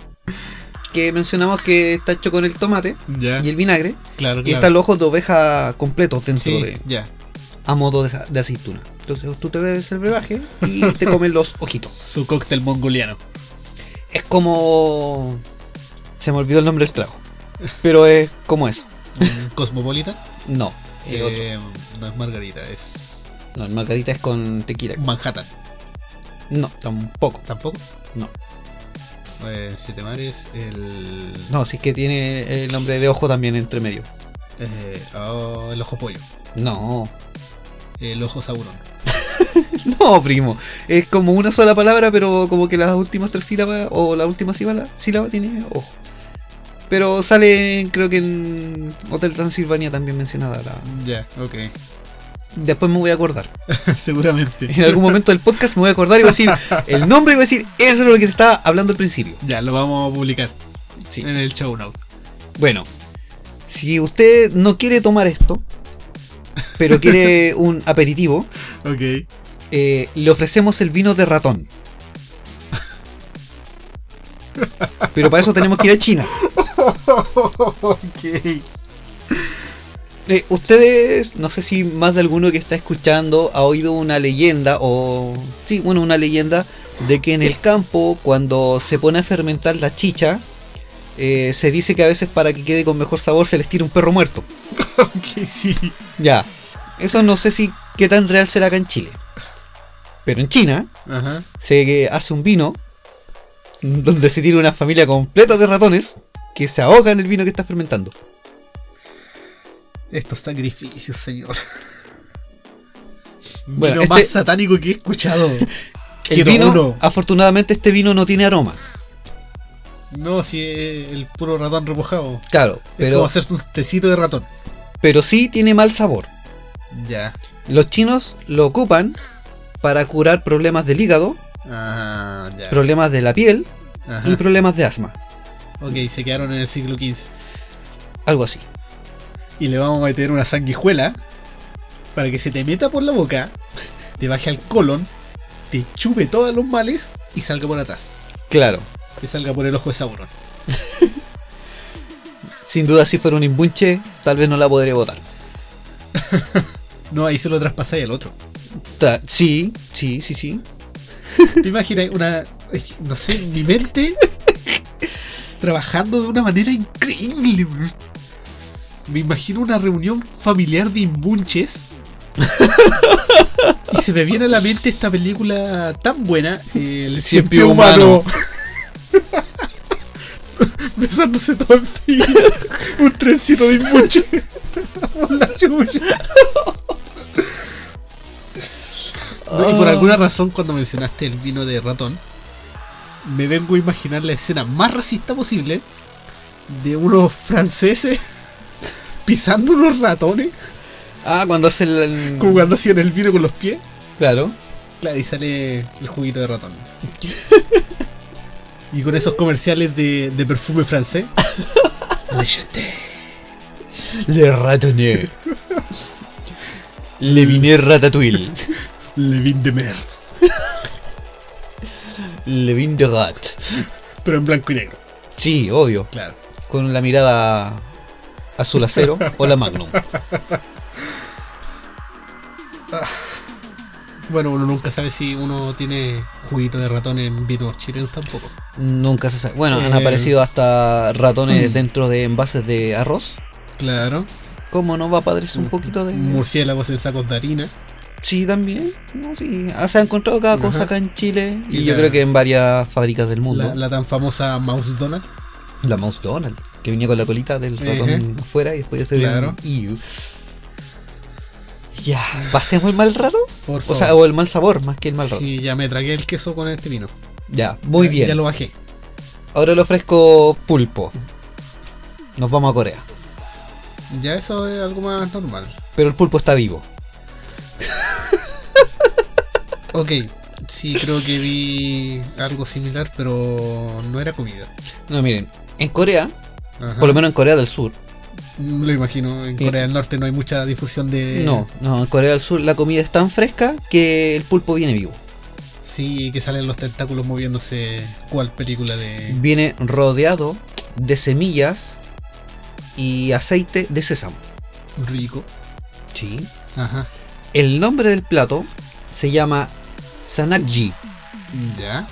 [SPEAKER 1] que mencionamos que está hecho con el tomate
[SPEAKER 2] Ya,
[SPEAKER 1] y el vinagre.
[SPEAKER 2] claro,
[SPEAKER 1] Y está
[SPEAKER 2] claro.
[SPEAKER 1] el ojo de oveja completo dentro
[SPEAKER 2] Sí,
[SPEAKER 1] de.
[SPEAKER 2] ya.
[SPEAKER 1] a modo de, de aceituna. Entonces tú te bebes el brebaje y te comes los ojitos.
[SPEAKER 2] Su cóctel mongoliano.
[SPEAKER 1] Es como. Se me olvidó el nombre del trago. Pero es como eso.
[SPEAKER 2] Un Cosmopolitan.
[SPEAKER 1] No. es otro.
[SPEAKER 2] Eh, no es margarita, es
[SPEAKER 1] No, el margarita es con tequila.
[SPEAKER 2] Manhattan.
[SPEAKER 1] No, tampoco.
[SPEAKER 2] ¿Tampoco?
[SPEAKER 1] No.
[SPEAKER 2] Eh, Siete Mares, el.
[SPEAKER 1] No, si es que tiene el nombre de ojo también entre medio.
[SPEAKER 2] eh, oh, el ojo pollo.
[SPEAKER 1] No. (laughs)
[SPEAKER 2] El ojo saurón.
[SPEAKER 1] No, primo. Es como una sola palabra, pero como que las últimas tres sílabas o la última sílaba, sílaba tiene ojo. Pero sale, creo que en Hotel Transilvania también mencionada. la-
[SPEAKER 2] Ya, ok. (laughs)
[SPEAKER 1] Después me voy a acordar.
[SPEAKER 2] Seguramente.
[SPEAKER 1] En algún momento del podcast me voy a acordar y voy a decir el nombre y voy a decir eso es lo que te estaba hablando al principio.
[SPEAKER 2] Ya, lo vamos a publicar
[SPEAKER 1] Sí.
[SPEAKER 2] en el show note.
[SPEAKER 1] Bueno, si usted no quiere tomar esto, pero quiere un aperitivo,
[SPEAKER 2] Ok. (laughs)
[SPEAKER 1] eh, le ofrecemos el vino de ratón. Pero para eso tenemos que ir a China.
[SPEAKER 2] ok.
[SPEAKER 1] Eh, ustedes, no sé si más de alguno que está escuchando ha oído una leyenda o... Sí, bueno, una leyenda de que en el campo cuando se pone a fermentar la chicha, eh, se dice que a veces para que quede con mejor sabor se les tira un perro muerto.
[SPEAKER 2] Ok, (laughs) sí.
[SPEAKER 1] Ya. Eso no sé si qué tan real será acá en Chile. Pero en China
[SPEAKER 2] Ajá.
[SPEAKER 1] se hace un vino donde se tira una familia completa de ratones que se ahoga en el vino que está fermentando.
[SPEAKER 2] Estos sacrificios, señor.
[SPEAKER 1] Bueno,
[SPEAKER 2] Bueno,
[SPEAKER 1] este-
[SPEAKER 2] más satánico que he escuchado.
[SPEAKER 1] El
[SPEAKER 2] Quiero
[SPEAKER 1] vino,
[SPEAKER 2] uno.
[SPEAKER 1] afortunadamente, este vino no tiene aroma.
[SPEAKER 2] (laughs) No, si es el puro ratón repojado.
[SPEAKER 1] Claro,
[SPEAKER 2] Es como
[SPEAKER 1] pero,
[SPEAKER 2] hacerte un tecito de ratón.
[SPEAKER 1] pero sí tiene mal sabor.
[SPEAKER 2] Ya.
[SPEAKER 1] Los chinos lo ocupan para curar problemas del hígado,
[SPEAKER 2] Ah, ya.
[SPEAKER 1] problemas de la piel
[SPEAKER 2] Ajá.
[SPEAKER 1] y problemas de asma.
[SPEAKER 2] Ok, se quedaron en el siglo XV.
[SPEAKER 1] Algo así.
[SPEAKER 2] Y le vamos a meter una sanguijuela para que se te meta por la boca, te baje al colon, te chupe todos los males y salga por atrás.
[SPEAKER 1] Claro.
[SPEAKER 2] Te salga por el ojo de Sauron.
[SPEAKER 1] Sin duda, si fuera un imbunche, tal vez no la podría votar.
[SPEAKER 2] No, ahí se lo traspasáis al otro.
[SPEAKER 1] Ta- Sí, sí, sí, sí.
[SPEAKER 2] ¿Te imaginas una. es que, No sé, mi mente. trabajando de una manera increíble, weón. Me imagino una reunión familiar de imbunches. y se me viene a la mente esta película tan buena,
[SPEAKER 1] Siempre
[SPEAKER 2] El Siempre
[SPEAKER 1] humano.
[SPEAKER 2] Humano. Besándose todo el día. Un trencito de imbunches. Por la chucha. No, Y por
[SPEAKER 1] Ah.
[SPEAKER 2] alguna razón, cuando mencionaste el vino de ratón, me vengo a imaginar la escena más racista posible de unos franceses (laughs) pisando unos ratones,
[SPEAKER 1] Ah, cuando hace el.
[SPEAKER 2] como cuando hacían el vino con los pies.
[SPEAKER 1] Claro.
[SPEAKER 2] Claro, y sale el juguito de ratón. y con esos comerciales de, de perfume francés. Leyende.
[SPEAKER 1] Le ratoné. Le vine ratatouille.
[SPEAKER 2] Le vin de merde.
[SPEAKER 1] Le vine de rat.
[SPEAKER 2] Pero en blanco y negro,
[SPEAKER 1] Sí, obvio.
[SPEAKER 2] claro.
[SPEAKER 1] Con la mirada azul acero o la magnum.
[SPEAKER 2] Bueno, uno nunca sabe si uno tiene juguito de ratón en vinos chilenos tampoco.
[SPEAKER 1] Nunca se sabe. Bueno, han
[SPEAKER 2] Eh.
[SPEAKER 1] aparecido hasta ratones
[SPEAKER 2] Mm.
[SPEAKER 1] dentro de envases de arroz.
[SPEAKER 2] Claro.
[SPEAKER 1] ¿Cómo no va a aparecer
[SPEAKER 2] Mm.
[SPEAKER 1] un poquito de.?
[SPEAKER 2] Murciélagos en sacos de harina.
[SPEAKER 1] Sí, también. No, sí. Ah, se ha encontrado cada cosa
[SPEAKER 2] Ajá.
[SPEAKER 1] acá en Chile y,
[SPEAKER 2] Y
[SPEAKER 1] yo
[SPEAKER 2] la-
[SPEAKER 1] creo que en varias fábricas del mundo.
[SPEAKER 2] La,
[SPEAKER 1] La,
[SPEAKER 2] la tan famosa Mouse Donald.
[SPEAKER 1] Mouse Donald, que venía con la colita del
[SPEAKER 2] Ajá.
[SPEAKER 1] ratón afuera y después ya se veía
[SPEAKER 2] Claro.
[SPEAKER 1] un- "Ew". Ya, pasemos el mal rato.
[SPEAKER 2] Por favor.
[SPEAKER 1] O sea, o el mal sabor, más que el mal rato.
[SPEAKER 2] Sí, ya me tragué el queso con este vino.
[SPEAKER 1] Ya, muy
[SPEAKER 2] Ya-
[SPEAKER 1] bien.
[SPEAKER 2] Ya lo bajé.
[SPEAKER 1] Ahora le ofrezco pulpo. Nos vamos a Corea.
[SPEAKER 2] Ya eso es algo más normal.
[SPEAKER 1] Pero el pulpo está vivo.
[SPEAKER 2] Ok, sí, creo que vi algo similar, pero no era comida.
[SPEAKER 1] No, miren, en Corea,
[SPEAKER 2] Ajá.
[SPEAKER 1] por lo menos en Corea del Sur,
[SPEAKER 2] Lo imagino, en
[SPEAKER 1] Eh.
[SPEAKER 2] Corea del Norte no hay mucha difusión de...
[SPEAKER 1] no, no, en Corea del Sur la comida es tan fresca que el pulpo viene vivo.
[SPEAKER 2] Sí, que salen los tentáculos moviéndose. ¿Cuál película de...?
[SPEAKER 1] Viene rodeado de semillas y aceite de sésamo.
[SPEAKER 2] Rico.
[SPEAKER 1] Sí.
[SPEAKER 2] Ajá.
[SPEAKER 1] El nombre del plato se llama sanakji.
[SPEAKER 2] Ya.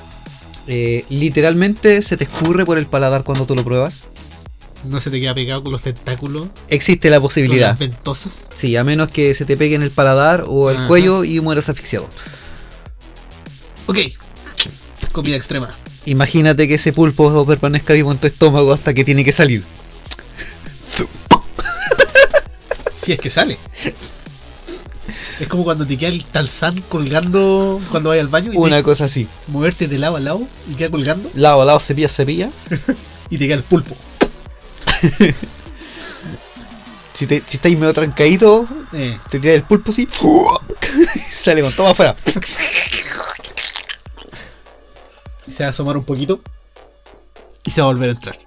[SPEAKER 1] Eh, literalmente se te escurre por el paladar cuando tú lo pruebas.
[SPEAKER 2] ¿No se te queda pegado con los tentáculos?
[SPEAKER 1] Existe la
[SPEAKER 2] ¿Con
[SPEAKER 1] posibilidad.
[SPEAKER 2] las ventosas?
[SPEAKER 1] Sí, a menos que se te pegue en el paladar o el
[SPEAKER 2] Ajá.
[SPEAKER 1] cuello y mueras asfixiado.
[SPEAKER 2] Ok. Comida extrema.
[SPEAKER 1] Imagínate que ese pulpo permanezca vivo en tu estómago hasta que tiene que salir.
[SPEAKER 2] Si es que sale. Es como cuando te queda el talzán colgando cuando vas al baño y
[SPEAKER 1] Una
[SPEAKER 2] tienes
[SPEAKER 1] cosa así.
[SPEAKER 2] que moverte de lado a lado y queda colgando
[SPEAKER 1] Lado a lado, cepilla a cepilla.
[SPEAKER 2] y te queda el pulpo.
[SPEAKER 1] Si, te, si estáis medio trancadito,
[SPEAKER 2] Eh,
[SPEAKER 1] te tiras el pulpo así. (laughs) Sale con todo afuera.
[SPEAKER 2] y se va a asomar un poquito y se va a volver a entrar.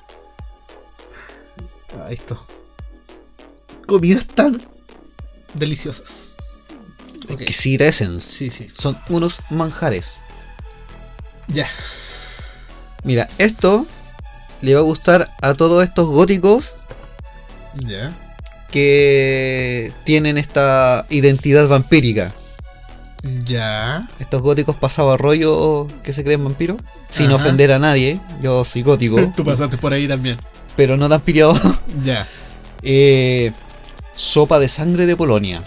[SPEAKER 2] Ah, esto. Comidas tan deliciosas. Ok,
[SPEAKER 1] Exquisita Essence.
[SPEAKER 2] Sí, sí.
[SPEAKER 1] Son unos manjares.
[SPEAKER 2] Ya.
[SPEAKER 1] Mira, esto le va a gustar a todos estos góticos
[SPEAKER 2] Ya.
[SPEAKER 1] que tienen esta identidad vampírica.
[SPEAKER 2] Ya.
[SPEAKER 1] Estos góticos pasados a rollo que se creen vampiros. Sin
[SPEAKER 2] Ajá.
[SPEAKER 1] ofender a nadie. Yo soy gótico.
[SPEAKER 2] (laughs) Tú pasaste por ahí también.
[SPEAKER 1] pero no tan piriado.
[SPEAKER 2] Ya.
[SPEAKER 1] (laughs) Eh, sopa de sangre de Polonia.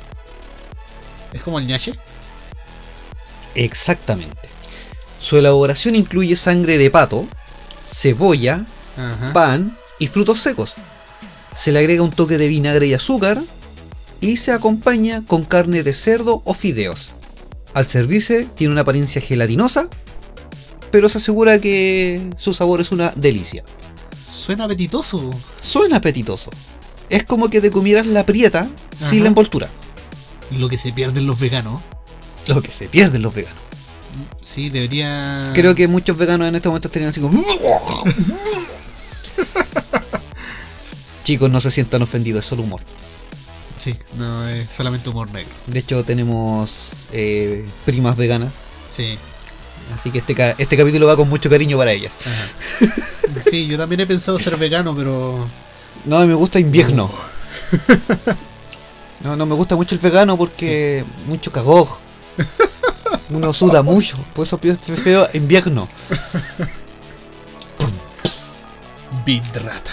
[SPEAKER 2] Es como el ñache.
[SPEAKER 1] Exactamente. Su elaboración incluye sangre de pato, cebolla,
[SPEAKER 2] Ajá.
[SPEAKER 1] pan, y frutos secos. Se le agrega un toque de vinagre y azúcar y se acompaña con carne de cerdo o fideos. Al servirse tiene una apariencia gelatinosa, pero se asegura que su sabor es una delicia.
[SPEAKER 2] Suena apetitoso.
[SPEAKER 1] Suena apetitoso. Es como que te comieras la prieta sin
[SPEAKER 2] Ajá.
[SPEAKER 1] la envoltura,
[SPEAKER 2] Lo que se pierden los veganos.
[SPEAKER 1] lo que se pierden los veganos.
[SPEAKER 2] Sí, debería.
[SPEAKER 1] Creo que muchos veganos en este momento estarían así como... Chicos, no se sientan ofendidos, es solo humor.
[SPEAKER 2] Sí, no es solamente humor negro.
[SPEAKER 1] De hecho, tenemos eh, primas veganas,
[SPEAKER 2] Sí.
[SPEAKER 1] así que este, ca- este capítulo va con mucho cariño para ellas.
[SPEAKER 2] ajá. (laughs) sí, yo también he pensado ser vegano, pero.
[SPEAKER 1] No, me gusta invierno. (laughs) No, no me gusta mucho el vegano porque mucho cagó. Uno suda mucho, por eso pido- prefiero invierno.
[SPEAKER 2] (laughs) Vindrata.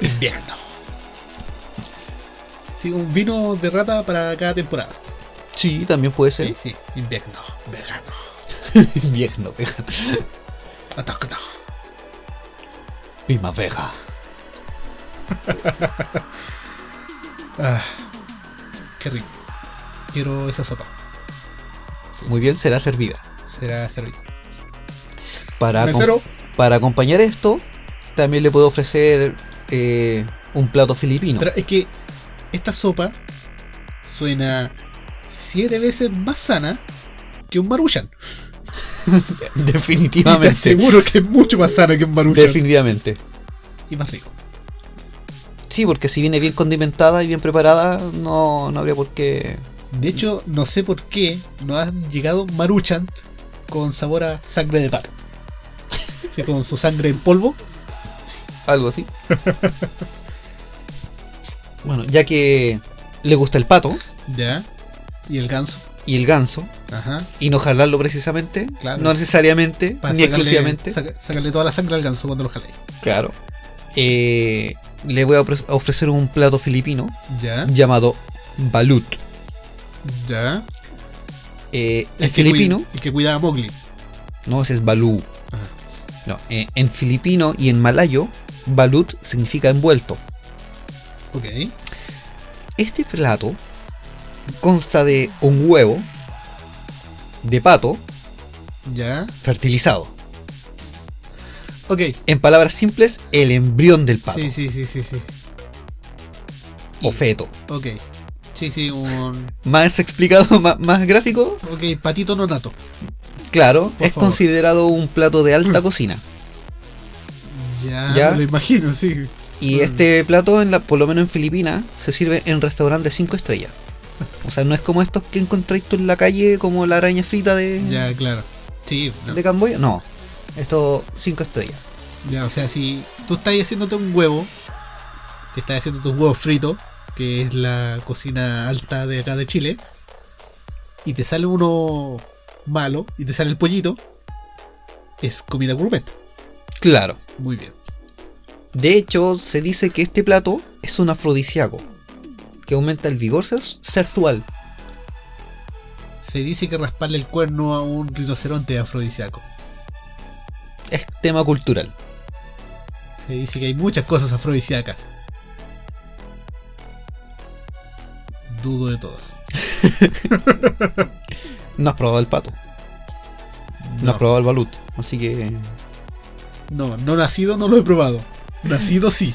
[SPEAKER 2] Invierno. Sí, un vino de rata para cada temporada.
[SPEAKER 1] Sí, también puede ser
[SPEAKER 2] Sí, sí. Invierno, vegano,
[SPEAKER 1] (laughs) invierno, vegano.
[SPEAKER 2] atacno.
[SPEAKER 1] Primavera.
[SPEAKER 2] Ah, qué rico. Quiero esa sopa. Sí,
[SPEAKER 1] Muy bien, será servida.
[SPEAKER 2] Será servido.
[SPEAKER 1] Para, acom-
[SPEAKER 2] Mesero,
[SPEAKER 1] para acompañar esto, también le puedo ofrecer eh, un plato filipino.
[SPEAKER 2] pero es que esta sopa suena siete veces más sana que un maruchan.
[SPEAKER 1] (laughs) Definitivamente.
[SPEAKER 2] Seguro que es mucho más sana que un maruchan.
[SPEAKER 1] Definitivamente.
[SPEAKER 2] y más rico.
[SPEAKER 1] Sí, porque si viene bien condimentada y bien preparada, no, no habría por qué.
[SPEAKER 2] De hecho, no sé por qué no han llegado maruchan con sabor a sangre de pato. Sí, con su sangre en polvo.
[SPEAKER 1] Algo
[SPEAKER 2] (laughs)
[SPEAKER 1] así. bueno, ya que le gusta el pato
[SPEAKER 2] Ya. Y el ganso.
[SPEAKER 1] y el ganso,
[SPEAKER 2] Ajá.
[SPEAKER 1] y no jalarlo precisamente,
[SPEAKER 2] Claro.
[SPEAKER 1] no necesariamente,
[SPEAKER 2] Para
[SPEAKER 1] ni exclusivamente,
[SPEAKER 2] saca- sacarle toda la sangre al ganso cuando lo jale.
[SPEAKER 1] claro, eh, le voy a ofre- a ofrecer un plato filipino
[SPEAKER 2] Ya.
[SPEAKER 1] llamado balut.
[SPEAKER 2] Ya.
[SPEAKER 1] Eh,
[SPEAKER 2] El
[SPEAKER 1] en
[SPEAKER 2] que cuida-
[SPEAKER 1] filipino,
[SPEAKER 2] el que cuida a Mowgli.
[SPEAKER 1] no, ese es balú.
[SPEAKER 2] Ajá.
[SPEAKER 1] No, eh, en filipino y en malayo, balut significa envuelto.
[SPEAKER 2] Ok.
[SPEAKER 1] Este plato consta de un huevo de pato
[SPEAKER 2] Ya.
[SPEAKER 1] fertilizado.
[SPEAKER 2] Ok.
[SPEAKER 1] En palabras simples, el embrión del pato
[SPEAKER 2] Sí, sí, sí, sí, sí.
[SPEAKER 1] o feto.
[SPEAKER 2] Ok. Sí, sí, un.
[SPEAKER 1] Más explicado, (laughs) ma- más, gráfico,
[SPEAKER 2] Ok, patito no nato.
[SPEAKER 1] claro,
[SPEAKER 2] Por
[SPEAKER 1] es
[SPEAKER 2] favor. Mm.
[SPEAKER 1] considerado un plato de alta cocina.
[SPEAKER 2] Ya,
[SPEAKER 1] Ya.
[SPEAKER 2] me lo imagino, sí.
[SPEAKER 1] Y
[SPEAKER 2] Mm.
[SPEAKER 1] este plato, en la, por lo menos en Filipinas, se sirve en restaurantes 5 estrellas. O sea, no es como estos que encontráis tú en la calle, como la araña frita de,
[SPEAKER 2] Ya, claro. Sí, no.
[SPEAKER 1] Mm. de Camboya. No, estos 5 estrellas.
[SPEAKER 2] Ya, o sea, si tú estás haciéndote un huevo, te estás haciendo tus huevos fritos, que es la cocina alta de acá de Chile, y te sale uno malo y te sale el pollito, es comida gourmet.
[SPEAKER 1] Claro.
[SPEAKER 2] Muy bien.
[SPEAKER 1] De hecho, se dice que este plato es un afrodisíaco, que aumenta el vigor ser- sexual.
[SPEAKER 2] Se dice que rasparle el cuerno a un rinoceronte es afrodisíaco.
[SPEAKER 1] Es tema cultural.
[SPEAKER 2] Se dice que hay muchas cosas afrodisíacas. Dudo de todas.
[SPEAKER 1] No has probado el pato, no, has probado el balut, así que...
[SPEAKER 2] no, no nacido no lo he probado.
[SPEAKER 1] (laughs)
[SPEAKER 2] Nacido sí.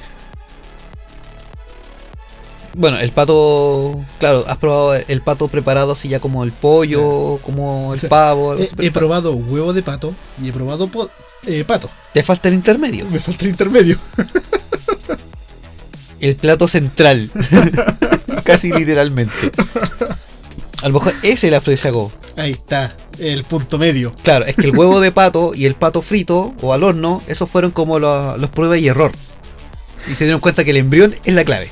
[SPEAKER 1] Bueno, el pato, claro, has probado el pato preparado así ya como el pollo, como el
[SPEAKER 2] sea,
[SPEAKER 1] pavo. algo
[SPEAKER 2] He,
[SPEAKER 1] así,
[SPEAKER 2] he
[SPEAKER 1] pero pa-
[SPEAKER 2] probado huevo de pato y he probado po- eh,
[SPEAKER 1] (laughs)
[SPEAKER 2] pato.
[SPEAKER 1] Te falta el intermedio,
[SPEAKER 2] Me falta el intermedio.
[SPEAKER 1] el plato (laughs) central, casi literalmente. A lo mejor ese es el afrodisíaco.
[SPEAKER 2] Ahí está, el punto medio.
[SPEAKER 1] Claro, es que el
[SPEAKER 2] (laughs)
[SPEAKER 1] huevo de pato y el pato frito o al horno, esos fueron como lo- los pruebas y error. Y se dieron cuenta que el embrión es la clave.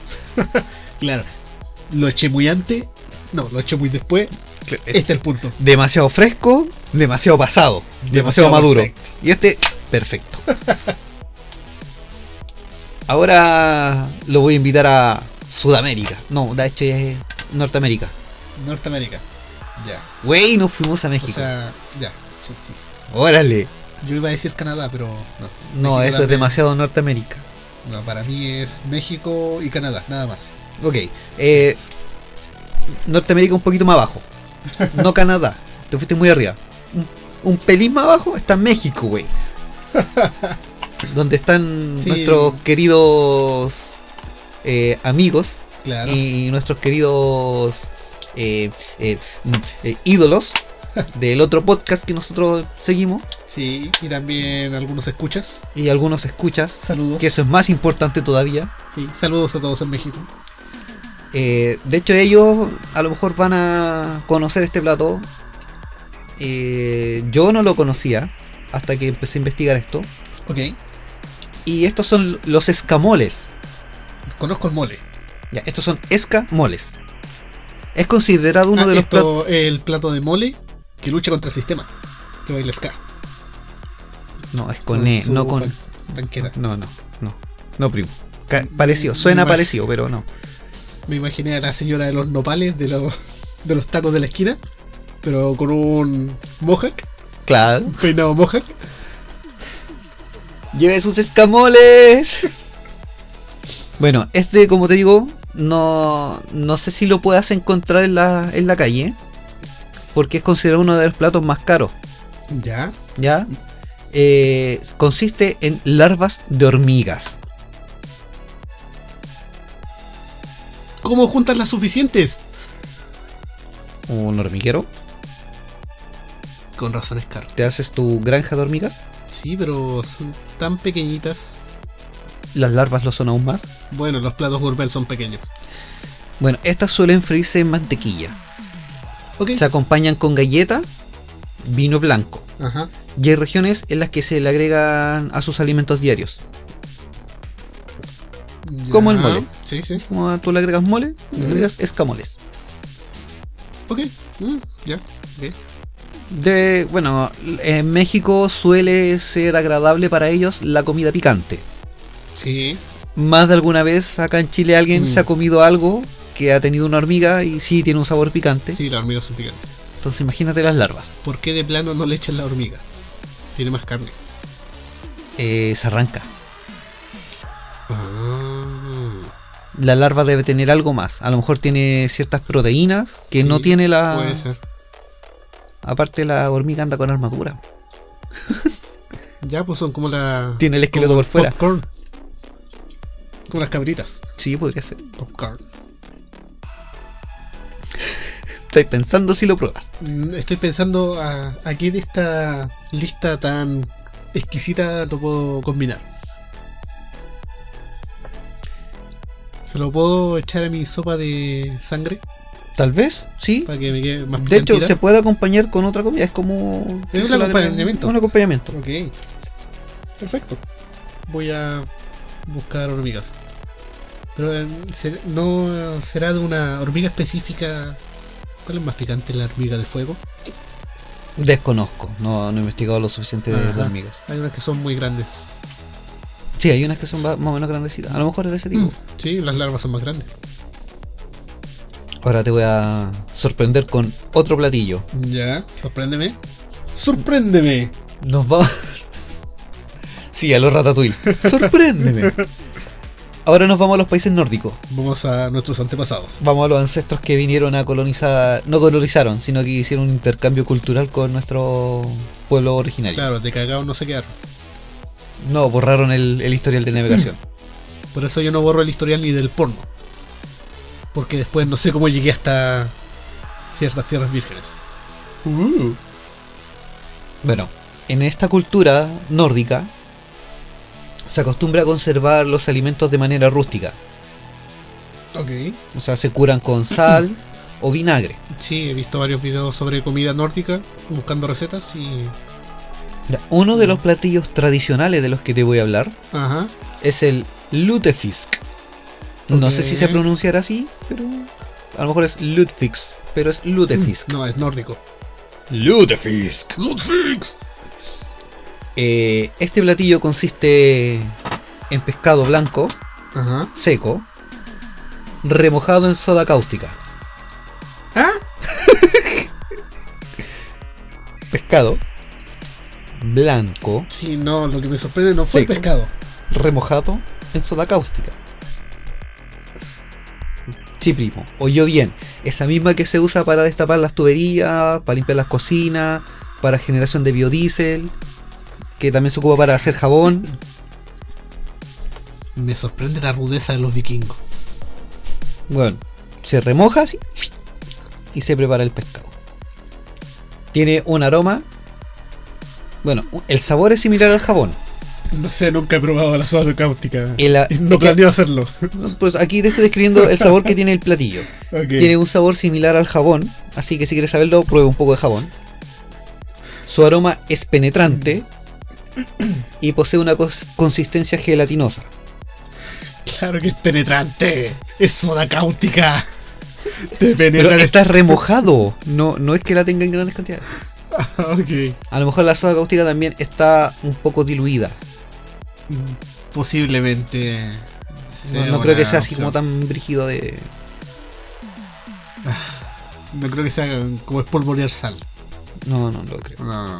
[SPEAKER 2] Claro. Lo eché muy antes. No, lo eché muy después.
[SPEAKER 1] Cl- es
[SPEAKER 2] Este es el punto.
[SPEAKER 1] Demasiado fresco, demasiado pasado, demasiado,
[SPEAKER 2] Demasiado
[SPEAKER 1] maduro.
[SPEAKER 2] perfecto.
[SPEAKER 1] Y este, perfecto. Ahora lo voy a invitar a Sudamérica. No, de hecho es Norteamérica.
[SPEAKER 2] Norteamérica. Ya.
[SPEAKER 1] Güey, nos fuimos a
[SPEAKER 2] O
[SPEAKER 1] México.
[SPEAKER 2] sea, ya. Sí, sí.
[SPEAKER 1] Órale.
[SPEAKER 2] Yo iba a decir Canadá, pero no.
[SPEAKER 1] No,
[SPEAKER 2] México
[SPEAKER 1] eso es
[SPEAKER 2] también-
[SPEAKER 1] demasiado Norteamérica.
[SPEAKER 2] No, para mí es México y Canadá, nada más.
[SPEAKER 1] Ok. eh, Norteamérica un poquito más abajo.
[SPEAKER 2] (laughs)
[SPEAKER 1] No Canadá. Te fuiste muy arriba. Un, un pelín más abajo está México,
[SPEAKER 2] (laughs)
[SPEAKER 1] güey. Donde están
[SPEAKER 2] Sí.
[SPEAKER 1] nuestros queridos eh, amigos
[SPEAKER 2] Claro.
[SPEAKER 1] y nuestros queridos eh, eh, mm, eh,
[SPEAKER 2] (laughs)
[SPEAKER 1] ídolos del otro podcast que nosotros seguimos
[SPEAKER 2] Sí, y también algunos escuchas.
[SPEAKER 1] y algunos escuchas,
[SPEAKER 2] Saludos.
[SPEAKER 1] que eso es más importante todavía.
[SPEAKER 2] Sí, saludos a todos en México.
[SPEAKER 1] Eh, de hecho, ellos a lo mejor van a conocer este plato. Eh, yo no lo conocía hasta que empecé a investigar esto.
[SPEAKER 2] Ok,
[SPEAKER 1] Y estos son los escamoles.
[SPEAKER 2] conozco el mole.
[SPEAKER 1] Ya, estos son escamoles. Es considerado uno
[SPEAKER 2] Ah,
[SPEAKER 1] de los platos.
[SPEAKER 2] esto, el plato de mole que lucha contra el sistema. Que baila ska.
[SPEAKER 1] No, es con E,
[SPEAKER 2] su
[SPEAKER 1] no con.
[SPEAKER 2] ban- banqueta.
[SPEAKER 1] No, no, no. No, primo. Ca-
[SPEAKER 2] Mm,
[SPEAKER 1] Parecido, suena
[SPEAKER 2] Bueno.
[SPEAKER 1] parecido, pero no.
[SPEAKER 2] Me imaginé a la señora de los nopales, de los, de los tacos de la esquina, pero con un mohawk,
[SPEAKER 1] Claro.
[SPEAKER 2] un peinado mohawk.
[SPEAKER 1] Lleve sus escamoles. Bueno, este, como te digo, no, no sé si lo puedas encontrar en la, en la calle. Porque es considerado uno de los platos más caros.
[SPEAKER 2] Ya,
[SPEAKER 1] ¿Ya? Eh, consiste en larvas de hormigas.
[SPEAKER 2] ¿Cómo juntas las suficientes?
[SPEAKER 1] Un hormiguero.
[SPEAKER 2] Con razones caro.
[SPEAKER 1] Te haces tu granja de hormigas.
[SPEAKER 2] Sí, pero son tan pequeñitas.
[SPEAKER 1] Las larvas lo son aún más.
[SPEAKER 2] Bueno, los platos gourmet son pequeños.
[SPEAKER 1] Bueno, estas suelen freírse en mantequilla.
[SPEAKER 2] Ok.
[SPEAKER 1] Se acompañan con galleta, vino blanco.
[SPEAKER 2] Ajá.
[SPEAKER 1] Y hay regiones en las que se le agregan a sus alimentos diarios.
[SPEAKER 2] Ya.
[SPEAKER 1] Como el mole.
[SPEAKER 2] Sí, sí.
[SPEAKER 1] Como tú le agregas mole, le
[SPEAKER 2] Ujú.
[SPEAKER 1] agregas escamoles.
[SPEAKER 2] Ok. Mm, ya. ok.
[SPEAKER 1] De, bueno, en México suele ser agradable para ellos la comida picante.
[SPEAKER 2] Sí.
[SPEAKER 1] Más de alguna vez acá en Chile alguien
[SPEAKER 2] Mm.
[SPEAKER 1] se ha comido algo que ha tenido una hormiga y sí tiene un sabor picante.
[SPEAKER 2] Sí, las hormigas son picantes.
[SPEAKER 1] Entonces imagínate las larvas.
[SPEAKER 2] ¿Por qué de plano no le echan la hormiga? Tiene más carne.
[SPEAKER 1] Eh, se arranca.
[SPEAKER 2] Ah.
[SPEAKER 1] La larva debe tener algo más. A lo mejor tiene ciertas proteínas que
[SPEAKER 2] Sí,
[SPEAKER 1] no tiene la...
[SPEAKER 2] Puede ser.
[SPEAKER 1] Aparte la hormiga anda con armadura.
[SPEAKER 2] Ya, pues son como la.
[SPEAKER 1] Tiene el esqueleto por fuera.
[SPEAKER 2] Popcorn. Como las cabritas.
[SPEAKER 1] Sí, podría ser.
[SPEAKER 2] Popcorn.
[SPEAKER 1] Estoy pensando si lo pruebas.
[SPEAKER 2] Mm, Estoy pensando a, a qué de esta lista tan exquisita lo puedo combinar. ¿Se lo puedo echar a mi sopa de sangre?
[SPEAKER 1] Tal vez, sí.
[SPEAKER 2] Para que me quede más
[SPEAKER 1] De hecho,
[SPEAKER 2] picantita?
[SPEAKER 1] se puede acompañar con otra comida. Es como.
[SPEAKER 2] Es un
[SPEAKER 1] se lo agrega-
[SPEAKER 2] acompañamiento.
[SPEAKER 1] Un acompañamiento.
[SPEAKER 2] Ok. Perfecto. Voy a buscar hormigas. Pero eh, ¿ser- no será de una hormiga específica. ¿Cuál es más picante? ¿La hormiga de fuego?
[SPEAKER 1] Desconozco. No, no he investigado lo suficiente de, de
[SPEAKER 2] Ajá.
[SPEAKER 1] hormigas.
[SPEAKER 2] Hay unas que son muy grandes.
[SPEAKER 1] Sí, hay unas que son va- más o menos grandecitas. A lo mejor es de ese tipo.
[SPEAKER 2] Mm, Sí, las larvas son más grandes.
[SPEAKER 1] Ahora te voy a sorprender con otro platillo.
[SPEAKER 2] Ya, sorpréndeme. ¡Sorpréndeme!
[SPEAKER 1] Nos vamos. (laughs) sí, a los ratatouille. Sorpréndeme. Ahora nos vamos a los países nórdicos.
[SPEAKER 2] Vamos a nuestros antepasados.
[SPEAKER 1] Vamos a los ancestros que vinieron a colonizar. No colonizaron, sino que hicieron un intercambio cultural con nuestro pueblo originario.
[SPEAKER 2] Claro, de cagados no se quedaron.
[SPEAKER 1] No, borraron el, el historial de navegación.
[SPEAKER 2] Por eso yo no borro el historial ni del porno. Porque después no sé cómo llegué hasta ciertas tierras vírgenes.
[SPEAKER 1] Bueno, en esta cultura nórdica se acostumbra a conservar los alimentos de manera rústica.
[SPEAKER 2] Ok.
[SPEAKER 1] O sea, se curan con sal o vinagre.
[SPEAKER 2] Sí, he visto varios videos sobre comida nórdica, buscando recetas y...
[SPEAKER 1] Ya, Uno de los platillos tradicionales de los que te voy a hablar
[SPEAKER 2] Ajá.
[SPEAKER 1] es el lutefisk. No sé si se
[SPEAKER 2] Ok.
[SPEAKER 1] pronunciará así, pero a lo mejor es lutfix, pero es lutefisk.
[SPEAKER 2] No, es nórdico.
[SPEAKER 1] Lutefisk.
[SPEAKER 2] ¡Ludfix!
[SPEAKER 1] Eh, este platillo consiste en pescado blanco,
[SPEAKER 2] Ajá.
[SPEAKER 1] seco, remojado en soda cáustica. (laughs)
[SPEAKER 2] ¿Ah?
[SPEAKER 1] Pescado, blanco
[SPEAKER 2] Sí, no, lo que me sorprende no fue el
[SPEAKER 1] Seco.
[SPEAKER 2] pescado.
[SPEAKER 1] remojado en soda cáustica. Sí, primo, oyó bien. Esa misma que se usa para destapar las tuberías, para limpiar las cocinas, para generación de biodiesel, que también se ocupa para hacer jabón.
[SPEAKER 2] Me sorprende la rudeza de los vikingos.
[SPEAKER 1] Bueno, se remoja así y se prepara el pescado. Tiene un aroma. Bueno, el sabor es similar al jabón.
[SPEAKER 2] No sé, nunca he probado la soda cáustica.
[SPEAKER 1] El a-
[SPEAKER 2] Y No
[SPEAKER 1] es que-
[SPEAKER 2] planeo hacerlo.
[SPEAKER 1] pues aquí te estoy describiendo el sabor que tiene el platillo.
[SPEAKER 2] Ok.
[SPEAKER 1] Tiene un sabor similar al jabón, así que si quieres saberlo, prueba un poco de jabón. Su aroma es penetrante y posee una cos- consistencia gelatinosa.
[SPEAKER 2] Claro que es penetrante. Es soda
[SPEAKER 1] (laughs)
[SPEAKER 2] cáustica. Te
[SPEAKER 1] Pero
[SPEAKER 2] penetra.
[SPEAKER 1] está remojado, no, no es que la tenga en grandes cantidades.
[SPEAKER 2] (laughs) ok.
[SPEAKER 1] A lo mejor la soda cáustica también está un poco diluida.
[SPEAKER 2] Mm, Posiblemente. sea
[SPEAKER 1] No, no creo que
[SPEAKER 2] una
[SPEAKER 1] sea así como
[SPEAKER 2] opción.
[SPEAKER 1] tan brígido de...
[SPEAKER 2] No creo que sea como espolvorear sal.
[SPEAKER 1] No, no lo creo.
[SPEAKER 2] No, no.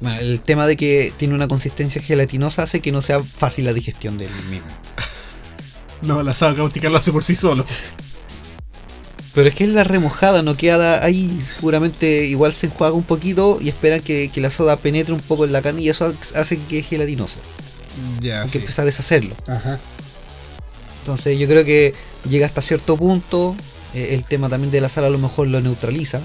[SPEAKER 1] Bueno, el tema de que tiene una consistencia gelatinosa hace que no sea fácil la digestión del mismo.
[SPEAKER 2] No, la soda cáustica lo hace por sí solo.
[SPEAKER 1] Pero es que es la remojada, no queda ahí. Seguramente igual se enjuaga un poquito y esperan que, que la soda penetre un poco en la carne y eso hace que quede gelatinoso.
[SPEAKER 2] Ya,
[SPEAKER 1] Hay que
[SPEAKER 2] sí.
[SPEAKER 1] empezar a deshacerlo.
[SPEAKER 2] Ajá.
[SPEAKER 1] Entonces yo creo que llega hasta cierto punto. eh, el tema también de la sal a lo mejor lo neutraliza.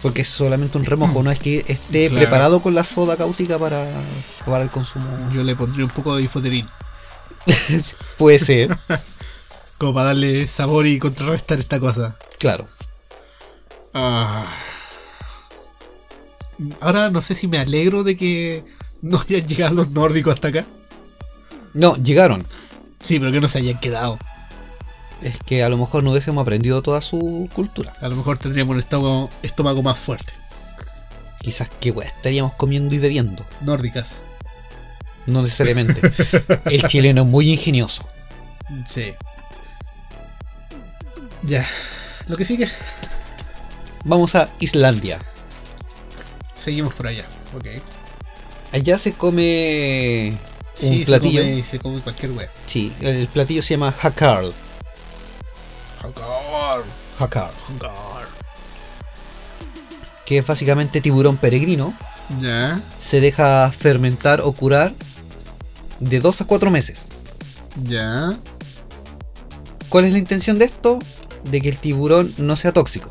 [SPEAKER 1] Porque es solamente un remojo, no es que esté
[SPEAKER 2] Claro.
[SPEAKER 1] preparado con la soda cáutica para, para el consumo. (laughs)
[SPEAKER 2] Yo le pondría un poco de difoterín.
[SPEAKER 1] Puede ser,
[SPEAKER 2] Como para darle sabor y contrarrestar esta cosa.
[SPEAKER 1] claro.
[SPEAKER 2] Ah. Ahora no sé si me alegro de que no hayan llegado los nórdicos hasta acá.
[SPEAKER 1] No, llegaron.
[SPEAKER 2] Sí, pero que no se hayan quedado.
[SPEAKER 1] Es que a lo mejor no hubiésemos aprendido toda su cultura.
[SPEAKER 2] A lo mejor tendríamos un estómago, estómago más fuerte.
[SPEAKER 1] Quizás que weá, estaríamos comiendo y bebiendo.
[SPEAKER 2] Nórdicas.
[SPEAKER 1] No necesariamente. El chileno es muy ingenioso.
[SPEAKER 2] Sí. Ya. Lo que sigue.
[SPEAKER 1] Vamos a Islandia.
[SPEAKER 2] Seguimos por allá. Ok.
[SPEAKER 1] Allá se come.
[SPEAKER 2] Sí, se
[SPEAKER 1] platillo.
[SPEAKER 2] come- se come cualquier wea.
[SPEAKER 1] Sí, el platillo se llama Hakar.
[SPEAKER 2] Hangar,
[SPEAKER 1] Hakar.
[SPEAKER 2] hangar.
[SPEAKER 1] Que es básicamente tiburón peregrino.
[SPEAKER 2] Ya.
[SPEAKER 1] Se deja fermentar o curar de 2 a 4 meses.
[SPEAKER 2] Ya.
[SPEAKER 1] ¿Cuál es la intención de esto? De que el tiburón no sea tóxico.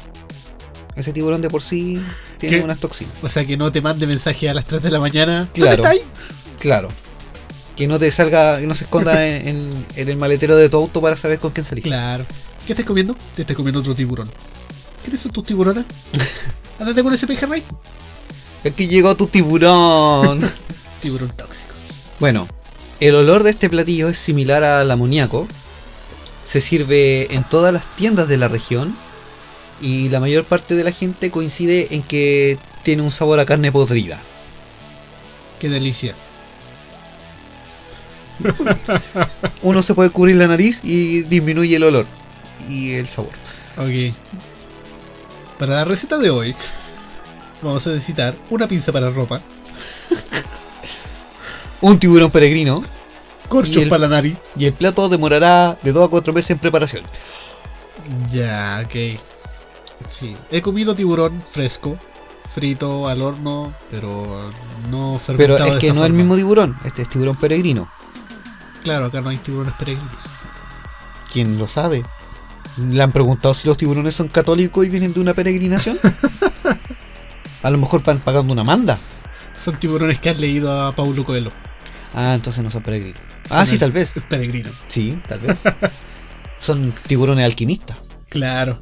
[SPEAKER 1] Ese tiburón de por sí tiene
[SPEAKER 2] ¿Qué?
[SPEAKER 1] unas toxinas.
[SPEAKER 2] O sea que no te mande mensaje a las 3 de la mañana.
[SPEAKER 1] Claro.
[SPEAKER 2] ¿Dónde estáis?
[SPEAKER 1] Claro. Que no te salga, que no se esconda en, en- en el maletero de tu auto para saber con quién salir.
[SPEAKER 2] Claro. ¿Qué estás comiendo? Te estás comiendo otro tiburón. ¿Qué te son tus
[SPEAKER 1] (laughs)
[SPEAKER 2] tiburones? Andate con ese pejerrey.
[SPEAKER 1] Aquí llegó tu tiburón.
[SPEAKER 2] Tiburón tóxico.
[SPEAKER 1] bueno, el olor de este platillo es similar al amoníaco. Se sirve en todas las tiendas de la región. Y la mayor parte de la gente coincide en que tiene un sabor a carne podrida.
[SPEAKER 2] Qué delicia.
[SPEAKER 1] Uno se puede cubrir la nariz y disminuye el olor y el sabor.
[SPEAKER 2] Ok. Para la receta de hoy, vamos a necesitar una pinza para ropa,
[SPEAKER 1] Un tiburón peregrino Y
[SPEAKER 2] corchos
[SPEAKER 1] el-
[SPEAKER 2] para la nariz.
[SPEAKER 1] y el plato demorará de 2 a 4 meses en preparación.
[SPEAKER 2] Ya, ok. Sí, he comido tiburón fresco, frito al horno, pero no fermentado.
[SPEAKER 1] Pero es
[SPEAKER 2] de
[SPEAKER 1] que
[SPEAKER 2] esta
[SPEAKER 1] no es el
[SPEAKER 2] forma.
[SPEAKER 1] mismo tiburón, este es tiburón peregrino.
[SPEAKER 2] Claro, acá no hay tiburones peregrinos.
[SPEAKER 1] ¿Quién lo sabe? ¿Le han preguntado si los tiburones son católicos y vienen de una peregrinación? (laughs) A lo mejor van pagando una manda.
[SPEAKER 2] Son tiburones que han leído a Paulo Coelho.
[SPEAKER 1] Ah, entonces no son peregrinos. Ah, sí,
[SPEAKER 2] el-
[SPEAKER 1] tal vez.
[SPEAKER 2] El peregrino.
[SPEAKER 1] Sí, tal vez. Son tiburones alquimistas.
[SPEAKER 2] Claro,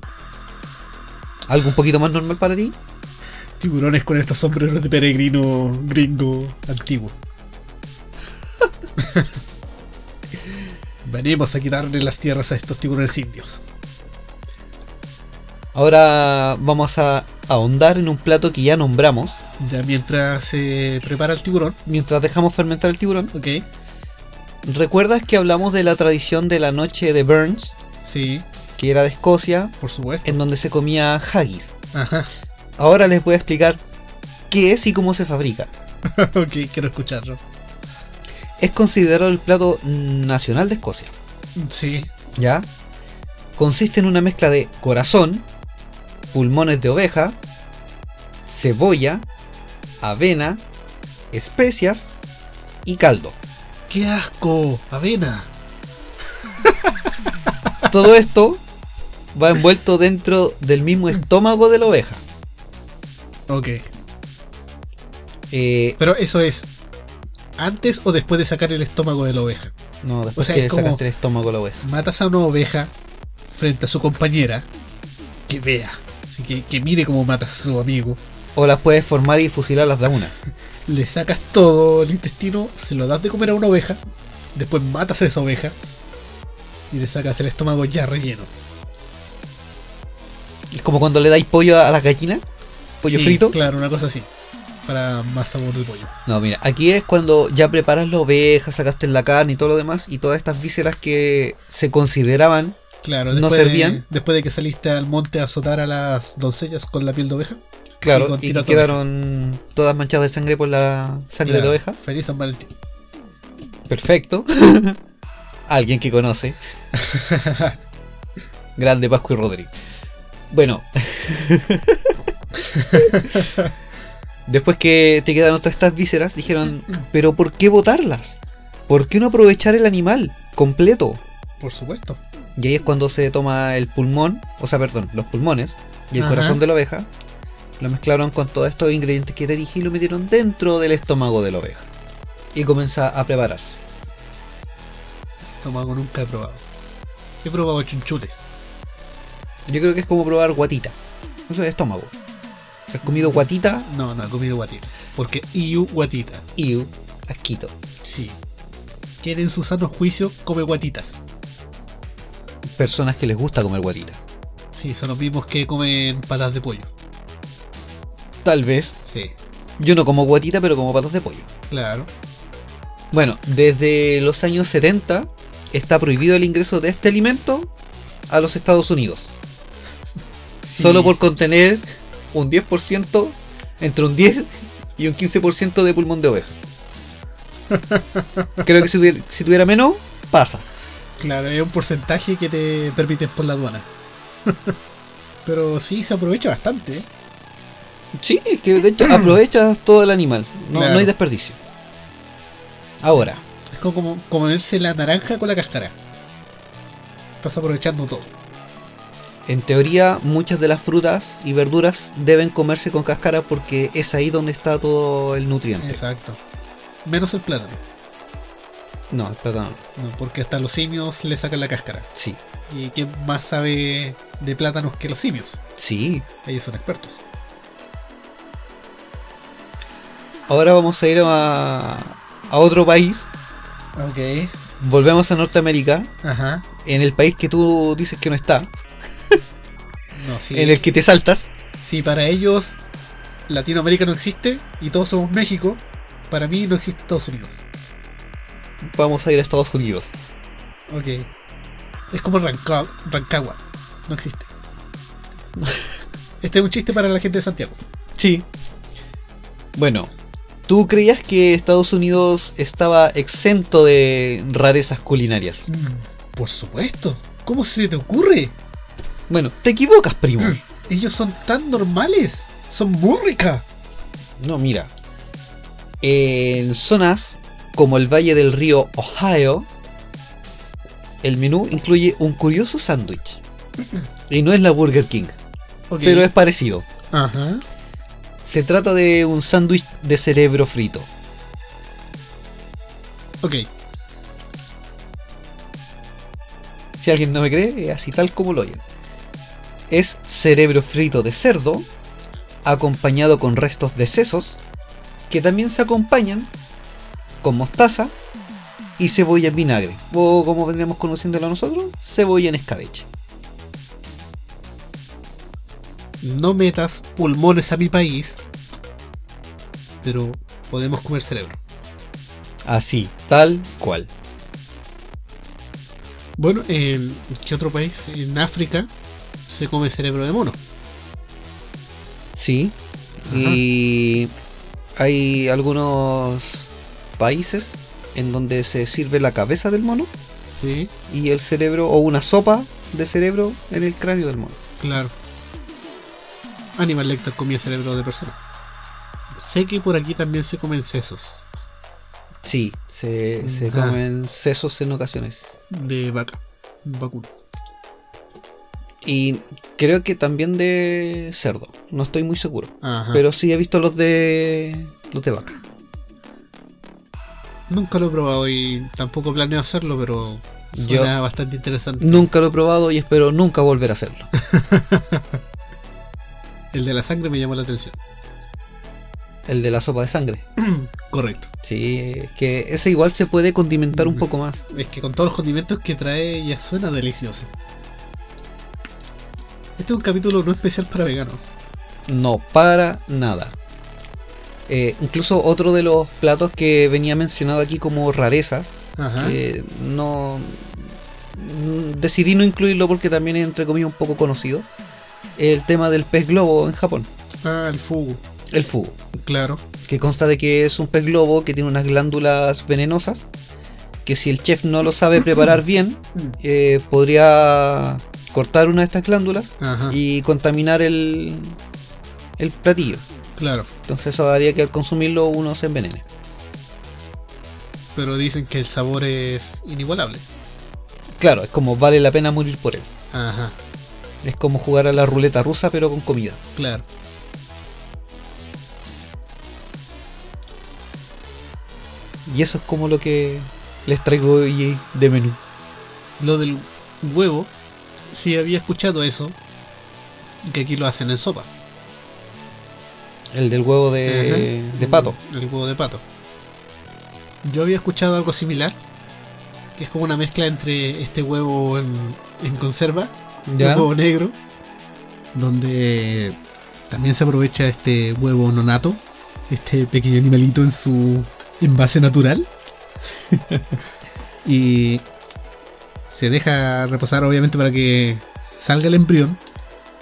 [SPEAKER 1] ¿Algo un poquito más normal para ti?
[SPEAKER 2] tiburones con estos sombreros de peregrino gringo antiguo. Venimos a quitarle las tierras a estos tiburones indios.
[SPEAKER 1] Ahora vamos a ahondar en un plato que ya nombramos.
[SPEAKER 2] Ya mientras se prepara el tiburón,
[SPEAKER 1] Mientras dejamos fermentar el tiburón.
[SPEAKER 2] ok,
[SPEAKER 1] ¿Recuerdas que hablamos de la tradición de la noche de Burns?
[SPEAKER 2] sí,
[SPEAKER 1] Que era de Escocia,
[SPEAKER 2] por supuesto.
[SPEAKER 1] en donde se comía haggis.
[SPEAKER 2] Ajá. (laughs)
[SPEAKER 1] Ahora les voy a explicar qué es y cómo se fabrica.
[SPEAKER 2] ok, quiero escucharlo.
[SPEAKER 1] Es considerado el plato nacional de Escocia.
[SPEAKER 2] Sí,
[SPEAKER 1] ¿Ya? Consiste en una mezcla de corazón, pulmones de oveja, cebolla, avena, especias y caldo.
[SPEAKER 2] ¡Qué asco! ¡Avena!
[SPEAKER 1] Todo esto va envuelto dentro del mismo estómago de la oveja.
[SPEAKER 2] Ok.
[SPEAKER 1] Eh,
[SPEAKER 2] Pero eso es. ¿Antes o después de sacar el estómago de la oveja?
[SPEAKER 1] no, después
[SPEAKER 2] O sea,
[SPEAKER 1] que
[SPEAKER 2] es como-
[SPEAKER 1] sacas el estómago de la oveja.
[SPEAKER 2] Matas a una oveja frente a su compañera. Que vea. Así que, que mire cómo matas a su amigo.
[SPEAKER 1] O las puedes formar y fusilarlas de a una.
[SPEAKER 2] Le sacas todo el intestino, se lo das de comer a una oveja. Después matas a esa oveja. Y le sacas el estómago ya relleno.
[SPEAKER 1] Es como cuando le dais pollo a las gallinas. ¿Pollo
[SPEAKER 2] Sí,
[SPEAKER 1] frito?
[SPEAKER 2] Claro, una cosa así. Para más sabor de pollo.
[SPEAKER 1] No, mira, aquí es cuando ya preparas la oveja, sacaste la carne y todo lo demás, y todas estas vísceras que se consideraban,
[SPEAKER 2] Claro,
[SPEAKER 1] ¿No
[SPEAKER 2] después,
[SPEAKER 1] servían?
[SPEAKER 2] De, después de que saliste al monte a azotar a las doncellas con la piel de oveja.
[SPEAKER 1] claro,
[SPEAKER 2] con
[SPEAKER 1] y
[SPEAKER 2] tira
[SPEAKER 1] que quedaron todas manchadas de sangre por la sangre
[SPEAKER 2] Claro,
[SPEAKER 1] de oveja.
[SPEAKER 2] Feliz San Valentín.
[SPEAKER 1] Perfecto. (laughs) Alguien que conoce. Grande Pascu y Rodri. Bueno. (laughs) Después que te quedaron todas estas vísceras, dijeron, pero ¿por qué botarlas? ¿Por qué no aprovechar el animal completo?
[SPEAKER 2] Por supuesto.
[SPEAKER 1] Y ahí es cuando se toma el pulmón, o sea, perdón, los pulmones y el
[SPEAKER 2] Ajá.
[SPEAKER 1] corazón de la oveja. Lo mezclaron con todos estos ingredientes que te dije y lo metieron dentro del estómago de la oveja. Y comienza a prepararse.
[SPEAKER 2] Estómago nunca he probado. He probado chunchules.
[SPEAKER 1] Yo creo que es como probar guatita. Eso es estómago. ¿Se has comido guatita?
[SPEAKER 2] No, no he comido guatita. Porque IU guatita.
[SPEAKER 1] Iu, asquito.
[SPEAKER 2] Sí. Quien en su sano juicio come guatitas.
[SPEAKER 1] Personas que les gusta comer guatita.
[SPEAKER 2] Sí, son los mismos que comen patas de pollo.
[SPEAKER 1] Tal vez.
[SPEAKER 2] Sí,
[SPEAKER 1] Yo no como guatita, pero como patas de pollo.
[SPEAKER 2] claro.
[SPEAKER 1] Bueno, desde los años 70 está prohibido el ingreso de este alimento a los Estados Unidos.
[SPEAKER 2] Sí.
[SPEAKER 1] solo por contener un 10%, entre un 10 y un 15% de pulmón de oveja. Creo que si tuviera, si tuviera menos, pasa.
[SPEAKER 2] Claro, es un porcentaje que te permiten por la aduana. (laughs) Pero sí, se aprovecha bastante. ¿eh?
[SPEAKER 1] Sí, es que (clears throat) de hecho aprovechas todo el animal, no,
[SPEAKER 2] Claro.
[SPEAKER 1] no hay desperdicio. Ahora,
[SPEAKER 2] Es como, como comerse la naranja con la cáscara. Estás aprovechando todo.
[SPEAKER 1] en teoría muchas de las frutas y verduras deben comerse con cáscara porque es ahí donde está todo el nutriente.
[SPEAKER 2] Exacto. Menos el plátano.
[SPEAKER 1] No, el plátano, no.
[SPEAKER 2] No, porque hasta los simios le sacan la cáscara.
[SPEAKER 1] sí,
[SPEAKER 2] ¿Y quién más sabe de plátanos que los simios?
[SPEAKER 1] sí.
[SPEAKER 2] Ellos son expertos.
[SPEAKER 1] Ahora vamos a ir a, a otro país,
[SPEAKER 2] Ok.
[SPEAKER 1] volvemos a Norteamérica.
[SPEAKER 2] Ajá.
[SPEAKER 1] en el país que tú dices que no está,
[SPEAKER 2] No, sí.
[SPEAKER 1] en el que te saltas,
[SPEAKER 2] Si para ellos Latinoamérica no existe y todos somos México, para mí no existe Estados Unidos.
[SPEAKER 1] vamos a ir a Estados Unidos.
[SPEAKER 2] Ok. Es como Ranca- Rancagua.
[SPEAKER 1] (laughs)
[SPEAKER 2] No existe. Este es un chiste para la gente de Santiago.
[SPEAKER 1] Sí. Bueno, ¿tú creías que Estados Unidos estaba exento de rarezas culinarias?
[SPEAKER 2] Mm, por supuesto. ¿Cómo se te ocurre? Mm,
[SPEAKER 1] Bueno, te equivocas, primo.
[SPEAKER 2] (clears throat) Ellos son tan normales. Son muy ricas.
[SPEAKER 1] No, mira. En zonas como el valle del río Ohio, el menú incluye un curioso sándwich. Y no es la Burger King,
[SPEAKER 2] Ok.
[SPEAKER 1] pero es parecido.
[SPEAKER 2] Ajá.
[SPEAKER 1] Se trata de un sándwich de cerebro frito.
[SPEAKER 2] Ok.
[SPEAKER 1] Si alguien no me cree, es así tal como lo oyen. Es cerebro frito de cerdo, acompañado con restos de sesos, que también se acompañan con mostaza y cebolla en vinagre. O como vendríamos conociéndolo nosotros, cebolla en escabeche.
[SPEAKER 2] No metas pulmones a mi país. Pero podemos comer cerebro.
[SPEAKER 1] Así, tal cual.
[SPEAKER 2] Bueno, ¿en qué otro país? En África se come cerebro de mono.
[SPEAKER 1] Sí, Y hay algunos países en donde se sirve la cabeza del mono
[SPEAKER 2] Sí,
[SPEAKER 1] y el cerebro o una sopa de cerebro en el cráneo del mono.
[SPEAKER 2] claro. Animal Lecter comía cerebro de persona. Sé que por aquí también se comen sesos
[SPEAKER 1] Sí, se, se
[SPEAKER 2] Ah.
[SPEAKER 1] comen sesos en ocasiones.
[SPEAKER 2] de vaca. Vacuno.
[SPEAKER 1] Y creo que también de cerdo. No estoy muy seguro.
[SPEAKER 2] Ajá.
[SPEAKER 1] Pero sí he visto los de los de vaca.
[SPEAKER 2] Nunca lo he probado y tampoco planeo hacerlo, pero suena bastante interesante.
[SPEAKER 1] Nunca lo he probado y espero nunca volver a hacerlo.
[SPEAKER 2] El de la sangre me llamó la atención.
[SPEAKER 1] El de la sopa de sangre.
[SPEAKER 2] Correcto.
[SPEAKER 1] Sí, es que ese igual se puede condimentar un
[SPEAKER 2] Mm.
[SPEAKER 1] poco más.
[SPEAKER 2] Es que con todos los condimentos que trae ya suena delicioso. Este es un capítulo no especial para veganos.
[SPEAKER 1] No, para nada. Eh, incluso otro de los platos que venía mencionado aquí como rarezas,
[SPEAKER 2] Ajá.
[SPEAKER 1] que no mm, decidí no incluirlo porque también es entre comillas un poco conocido. El tema del pez globo en Japón,
[SPEAKER 2] Ah, el fugu.
[SPEAKER 1] el fugu,
[SPEAKER 2] Claro.
[SPEAKER 1] que consta de que es un pez globo que tiene unas glándulas venenosas que si el chef no lo sabe preparar bien,
[SPEAKER 2] Mm.
[SPEAKER 1] eh, podría cortar una de estas glándulas
[SPEAKER 2] Ajá.
[SPEAKER 1] y contaminar el, el platillo.
[SPEAKER 2] Claro.
[SPEAKER 1] Entonces eso haría que al consumirlo uno se envenene.
[SPEAKER 2] Pero dicen que el sabor es inigualable.
[SPEAKER 1] Claro, es como vale la pena morir por él.
[SPEAKER 2] Ajá.
[SPEAKER 1] Es como jugar a la ruleta rusa pero con comida.
[SPEAKER 2] Claro.
[SPEAKER 1] Y eso es como lo que les traigo hoy de menú.
[SPEAKER 2] Lo del huevo, sí había escuchado eso. Que aquí lo hacen en sopa.
[SPEAKER 1] El del huevo de,
[SPEAKER 2] Ajá.
[SPEAKER 1] de pato.
[SPEAKER 2] El huevo de pato. Yo había escuchado algo similar. Que es como una mezcla entre este huevo en, en conserva
[SPEAKER 1] ¿Ya?
[SPEAKER 2] huevo negro, donde también se aprovecha este huevo nonato, este pequeño animalito en su envase natural. (laughs) y se deja reposar obviamente para que salga el embrión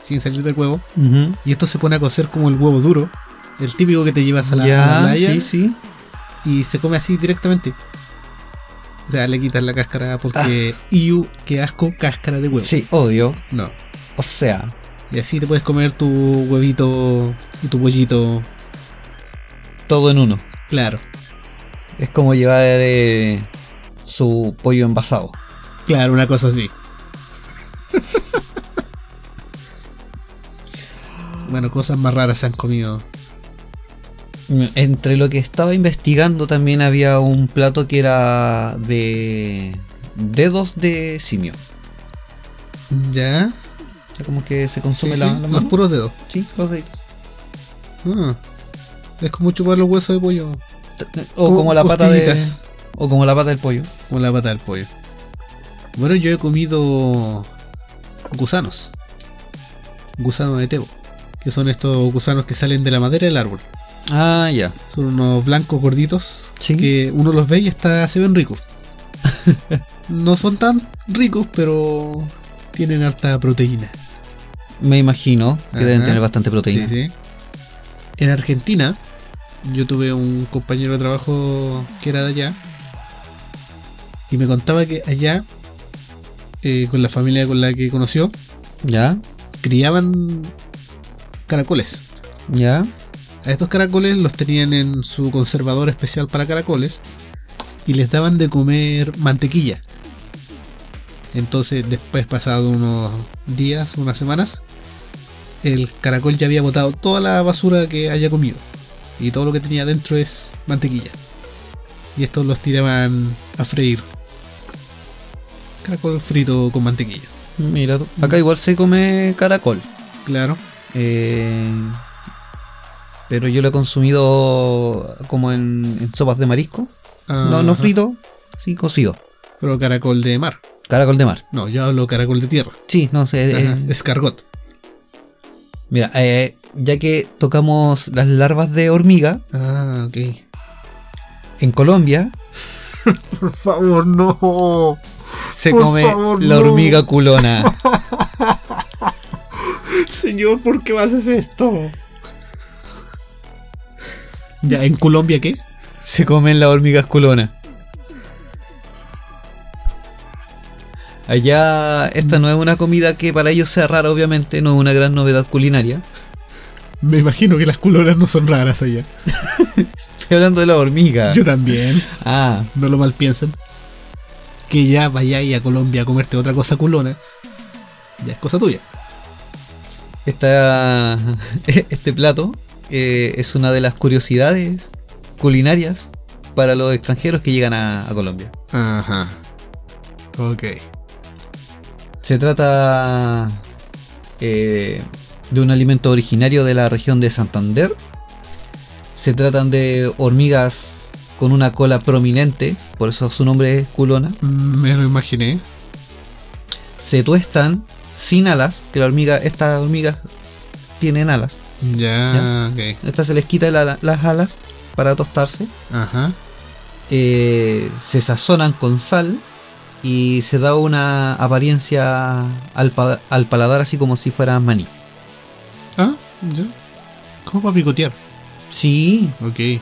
[SPEAKER 2] sin salir del huevo.
[SPEAKER 1] Ujú.
[SPEAKER 2] Y esto se pone a cocer como el huevo duro, el típico que te llevas a la, a la
[SPEAKER 1] Ya,
[SPEAKER 2] playa
[SPEAKER 1] sí, sí.
[SPEAKER 2] y se come así directamente. O sea, le quitas la cáscara porque... Iu, qué asco, cáscara de huevo.
[SPEAKER 1] Ah. Sí, odio.
[SPEAKER 2] No.
[SPEAKER 1] O sea,
[SPEAKER 2] Y así te puedes comer tu huevito y tu pollito.
[SPEAKER 1] todo en uno.
[SPEAKER 2] Claro,
[SPEAKER 1] Es como llevar eh, su pollo envasado.
[SPEAKER 2] claro, una cosa así. (laughs) bueno, cosas más raras se han comido.
[SPEAKER 1] Mm, Entre lo que estaba investigando también había un plato que era de dedos de simio.
[SPEAKER 2] ¿Ya?
[SPEAKER 1] O sea, como que se
[SPEAKER 2] Sí,
[SPEAKER 1] consume
[SPEAKER 2] sí,
[SPEAKER 1] la, la
[SPEAKER 2] los
[SPEAKER 1] mano.
[SPEAKER 2] puros dedos.
[SPEAKER 1] Sí, los deditos.
[SPEAKER 2] Ah. Es como chupar los huesos de pollo.
[SPEAKER 1] O como, la pata de,
[SPEAKER 2] costillitas.
[SPEAKER 1] o como la pata del pollo.
[SPEAKER 2] Como la pata del pollo. Bueno, yo he comido gusanos. Gusanos de tebo. Que son estos gusanos que salen de la madera del árbol.
[SPEAKER 1] Ah, ya.
[SPEAKER 2] Son unos blancos gorditos
[SPEAKER 1] Sí.
[SPEAKER 2] que uno los ve y hasta se ven
[SPEAKER 1] (laughs)
[SPEAKER 2] ricos. no son tan ricos, pero tienen harta proteína.
[SPEAKER 1] Me imagino que deben
[SPEAKER 2] Ajá.
[SPEAKER 1] tener bastante proteína.
[SPEAKER 2] Sí, sí. En Argentina, yo tuve un compañero de trabajo que era de allá y me contaba que allá, eh, con la familia con la que conoció,
[SPEAKER 1] ¿Ya?
[SPEAKER 2] criaban caracoles.
[SPEAKER 1] ¿Ya?
[SPEAKER 2] A estos caracoles los tenían en su conservador especial para caracoles y les daban de comer mantequilla. Entonces, después pasado unos días, unas semanas, el caracol ya había botado toda la basura que haya comido. Y todo lo que tenía dentro es mantequilla. Y estos los tiraban a freír. Caracol frito con mantequilla.
[SPEAKER 1] Mira, tú. acá igual se come caracol.
[SPEAKER 2] Claro.
[SPEAKER 1] Eh, pero yo lo he consumido como en, en sopas de marisco. No, no
[SPEAKER 2] Ajá.
[SPEAKER 1] frito, sí cocido.
[SPEAKER 2] Pero caracol de mar.
[SPEAKER 1] Caracol de mar.
[SPEAKER 2] No, yo hablo caracol de tierra.
[SPEAKER 1] Sí, no sé. eh,
[SPEAKER 2] Ajá, Escargot.
[SPEAKER 1] mira, eh, ya que tocamos las larvas de hormiga,
[SPEAKER 2] Ah, ok.
[SPEAKER 1] en Colombia
[SPEAKER 2] Por favor, no.
[SPEAKER 1] se
[SPEAKER 2] Por
[SPEAKER 1] come
[SPEAKER 2] favor,
[SPEAKER 1] la
[SPEAKER 2] no.
[SPEAKER 1] hormiga
[SPEAKER 2] (laughs)
[SPEAKER 1] culona.
[SPEAKER 2] Señor, ¿por qué haces esto? Ya, ¿en Colombia qué?
[SPEAKER 1] Se comen las hormigas culonas. Allá, esta no es una comida que para ellos sea rara, obviamente, no es una gran novedad culinaria. (laughs)
[SPEAKER 2] Me imagino que las culonas no son raras allá.
[SPEAKER 1] Estoy hablando de la hormiga.
[SPEAKER 2] Yo también,
[SPEAKER 1] Ah,
[SPEAKER 2] no lo malpiensen. Que ya vayáis a Colombia a comerte otra cosa culona, ya es cosa tuya.
[SPEAKER 1] esta, (laughs) este plato eh, es una de las curiosidades culinarias para los extranjeros que llegan a- a Colombia.
[SPEAKER 2] Ajá. Ok.
[SPEAKER 1] Se trata eh, de un alimento originario de la región de Santander. Se tratan de hormigas con una cola prominente, por eso su nombre es culona.
[SPEAKER 2] Mm, Me lo imaginé.
[SPEAKER 1] Se tuestan sin alas, que la hormiga, estas hormigas tienen alas.
[SPEAKER 2] Ya, Ah, ok.
[SPEAKER 1] A Estas se les quita la- las alas para tostarse.
[SPEAKER 2] Ajá.
[SPEAKER 1] Eh, se sazonan con sal y se da una apariencia al, pa- al paladar así como si fuera maní.
[SPEAKER 2] Ah, ya. ¿Cómo para picotear?
[SPEAKER 1] Sí,
[SPEAKER 2] Ok.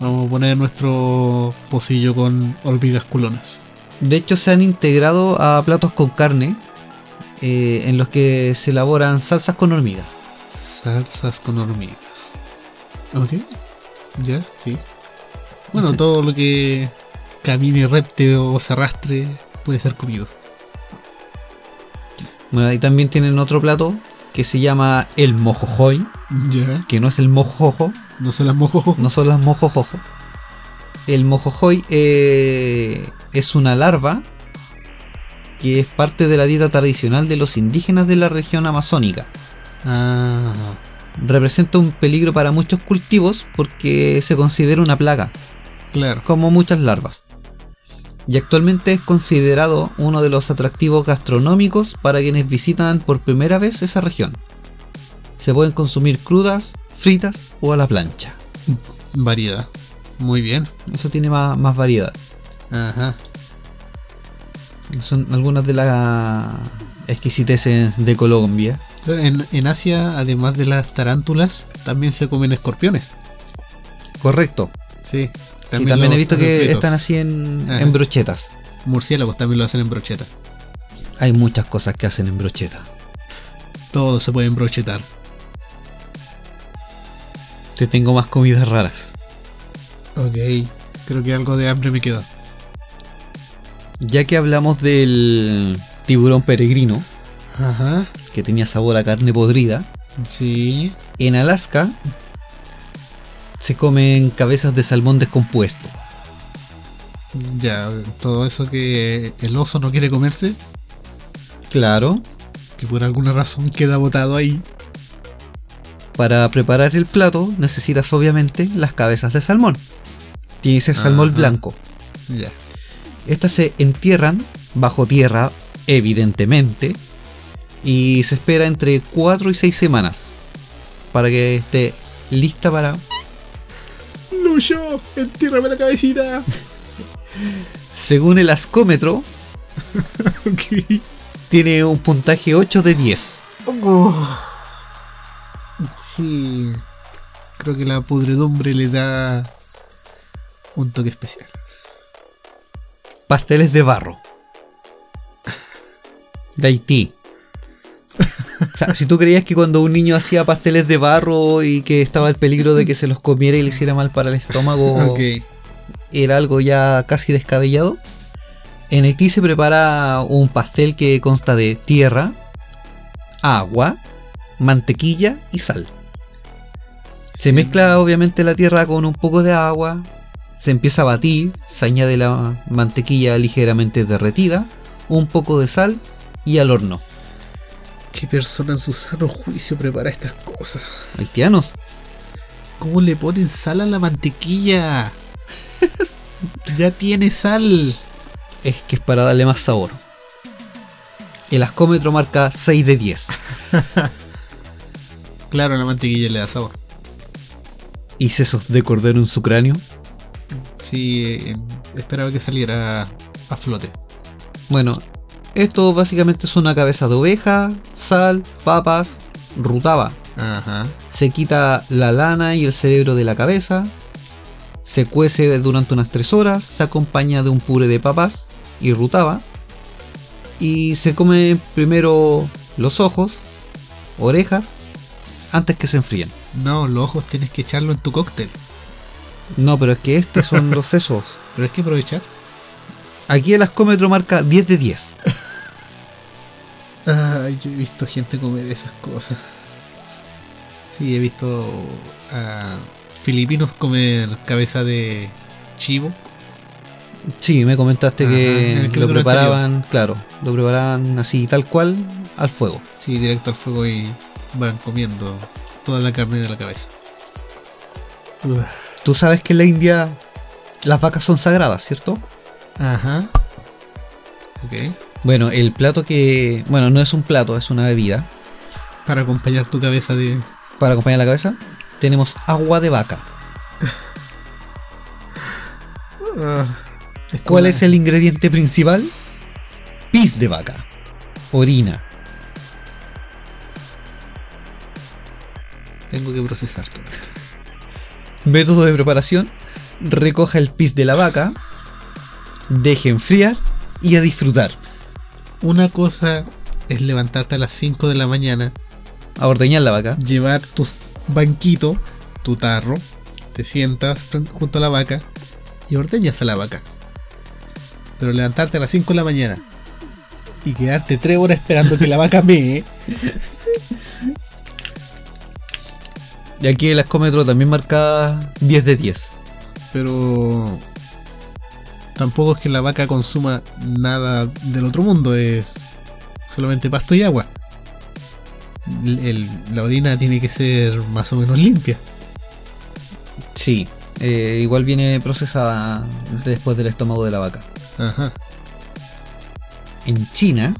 [SPEAKER 2] Vamos a poner nuestro pocillo con hormigas culonas.
[SPEAKER 1] De hecho, se han integrado a platos con carne eh, en los que se elaboran salsas con hormigas.
[SPEAKER 2] Salsas con hormigas. Ok. Ya, sí.
[SPEAKER 1] (laughs)
[SPEAKER 2] Bueno, todo lo que camine, repte o se arrastre puede ser comido.
[SPEAKER 1] Bueno, y también tienen otro plato que se llama el mojojoy,
[SPEAKER 2] Ya.
[SPEAKER 1] que no es el mojojo,
[SPEAKER 2] No se las mojo.
[SPEAKER 1] no son las mojojojo. El mojojoy eh, es una larva que es parte de la dieta tradicional de los indígenas de la región amazónica.
[SPEAKER 2] Ah.
[SPEAKER 1] Representa un peligro para muchos cultivos porque se considera una plaga.
[SPEAKER 2] Claro.
[SPEAKER 1] como muchas larvas. Y actualmente es considerado uno de los atractivos gastronómicos para quienes visitan por primera vez esa región. Se pueden consumir crudas, fritas o a la plancha.
[SPEAKER 2] Variedad. Muy bien.
[SPEAKER 1] Eso tiene más, más variedad.
[SPEAKER 2] Ajá.
[SPEAKER 1] Son algunas de las exquisiteces de Colombia.
[SPEAKER 2] En, en Asia, además de las tarántulas, también se comen escorpiones.
[SPEAKER 1] Correcto.
[SPEAKER 2] Sí.
[SPEAKER 1] y también he
[SPEAKER 2] los
[SPEAKER 1] visto que
[SPEAKER 2] fritos.
[SPEAKER 1] están así en,
[SPEAKER 2] Ajá.
[SPEAKER 1] en brochetas.
[SPEAKER 2] Murciélagos también lo hacen en brocheta.
[SPEAKER 1] Hay muchas cosas que hacen en brochetas.
[SPEAKER 2] Todo se puede brochetar.
[SPEAKER 1] Te tengo más comidas raras.
[SPEAKER 2] Ok. Creo que algo de hambre me quedó.
[SPEAKER 1] Ya que hablamos del tiburón peregrino,
[SPEAKER 2] Ajá.
[SPEAKER 1] que tenía sabor a carne podrida.
[SPEAKER 2] Sí.
[SPEAKER 1] En Alaska se comen cabezas de salmón descompuesto.
[SPEAKER 2] Ya, todo eso que el oso no quiere comerse,
[SPEAKER 1] Claro,
[SPEAKER 2] que por alguna razón queda botado ahí.
[SPEAKER 1] para preparar el plato necesitas obviamente las cabezas de salmón. Tiene que ser salmón
[SPEAKER 2] Ajá.
[SPEAKER 1] blanco.
[SPEAKER 2] Ya.
[SPEAKER 1] Estas se entierran bajo tierra, evidentemente, y se espera entre 4 y 6 semanas para que esté lista para...
[SPEAKER 2] ¡Lucho! ¡Entiérrame la cabecita!
[SPEAKER 1] Según el ascómetro,
[SPEAKER 2] (laughs) ok.
[SPEAKER 1] tiene un puntaje 8 de 10.
[SPEAKER 2] Sí. Creo que la podredumbre le da un toque especial.
[SPEAKER 1] Pasteles de barro. De Haití. O sea, si tú creías que cuando un niño hacía pasteles de barro y que estaba el peligro de que se los comiera y le hiciera mal para el
[SPEAKER 2] (laughs) Oh.
[SPEAKER 1] estómago, era algo ya casi descabellado. En Haití se prepara un pastel que consta de tierra, agua, mantequilla y sal. Se mezcla obviamente la tierra con un poco de agua, se empieza a batir, se añade la mantequilla ligeramente derretida, un poco de sal y al horno.
[SPEAKER 2] ¿Qué persona en su sano juicio prepara estas cosas?
[SPEAKER 1] Haitianos,
[SPEAKER 2] ¿Cómo le ponen sal a la mantequilla? (laughs) ya tiene sal.
[SPEAKER 1] es que es para darle más sabor. El ascómetro marca 6 de 10.
[SPEAKER 2] Claro, la mantequilla le da sabor.
[SPEAKER 1] ¿Y sesos de cordero en su cráneo?
[SPEAKER 2] Sí, eh, esperaba que saliera a flote.
[SPEAKER 1] Bueno, esto básicamente es una cabeza de oveja, sal, papas, rutaba.
[SPEAKER 2] Ajá.
[SPEAKER 1] Se quita la lana y el cerebro de la cabeza, Se cuece durante unas 3 horas, se acompaña de un puré de papas y rutaba. Y se come primero los ojos, orejas, antes que se enfríen.
[SPEAKER 2] No, los ojos tienes que echarlo en tu cóctel.
[SPEAKER 1] No, pero es que estos
[SPEAKER 2] (laughs)
[SPEAKER 1] son los sesos.
[SPEAKER 2] Pero hay que aprovechar.
[SPEAKER 1] Aquí el ascómetro marca 10 de 10.
[SPEAKER 2] Ay, yo he visto gente comer esas cosas. Sí, he visto a filipinos comer cabeza de chivo.
[SPEAKER 1] Sí, me comentaste
[SPEAKER 2] Ajá, en el
[SPEAKER 1] que lo
[SPEAKER 2] capítulo
[SPEAKER 1] preparaban, claro, lo preparaban así, tal cual, al fuego.
[SPEAKER 2] Sí, directo al fuego y van comiendo toda la carne de la cabeza.
[SPEAKER 1] Tú sabes que en la India las vacas son sagradas, ¿cierto?
[SPEAKER 2] Ajá. Ok.
[SPEAKER 1] Bueno, el plato que. Bueno, no es un plato, es una bebida.
[SPEAKER 2] Para acompañar tu cabeza de...
[SPEAKER 1] Para acompañar la cabeza, tenemos agua de vaca.
[SPEAKER 2] Ah,
[SPEAKER 1] ¿Cuál
[SPEAKER 2] como-
[SPEAKER 1] es el ingrediente principal? Pis de vaca. Orina.
[SPEAKER 2] Tengo que procesar todo. esto.
[SPEAKER 1] Método de preparación: recoja el pis de la vaca, deje enfriar y a disfrutar.
[SPEAKER 2] Una cosa es levantarte a las 5 de la mañana
[SPEAKER 1] A ordeñar la vaca.
[SPEAKER 2] llevar tu banquito, tu tarro, te sientas fren- junto a la vaca y ordeñas a la vaca. Pero levantarte a las 5 de la mañana y quedarte 3 horas esperando que la vaca mee,
[SPEAKER 1] Y aquí el ascómetro también marca 10 de 10.
[SPEAKER 2] pero tampoco es que la vaca consuma nada del otro mundo, es solamente pasto y agua. El- el- la orina tiene que ser más o menos limpia.
[SPEAKER 1] Sí, eh, igual viene procesada después del estómago de la vaca.
[SPEAKER 2] Ajá,
[SPEAKER 1] En China,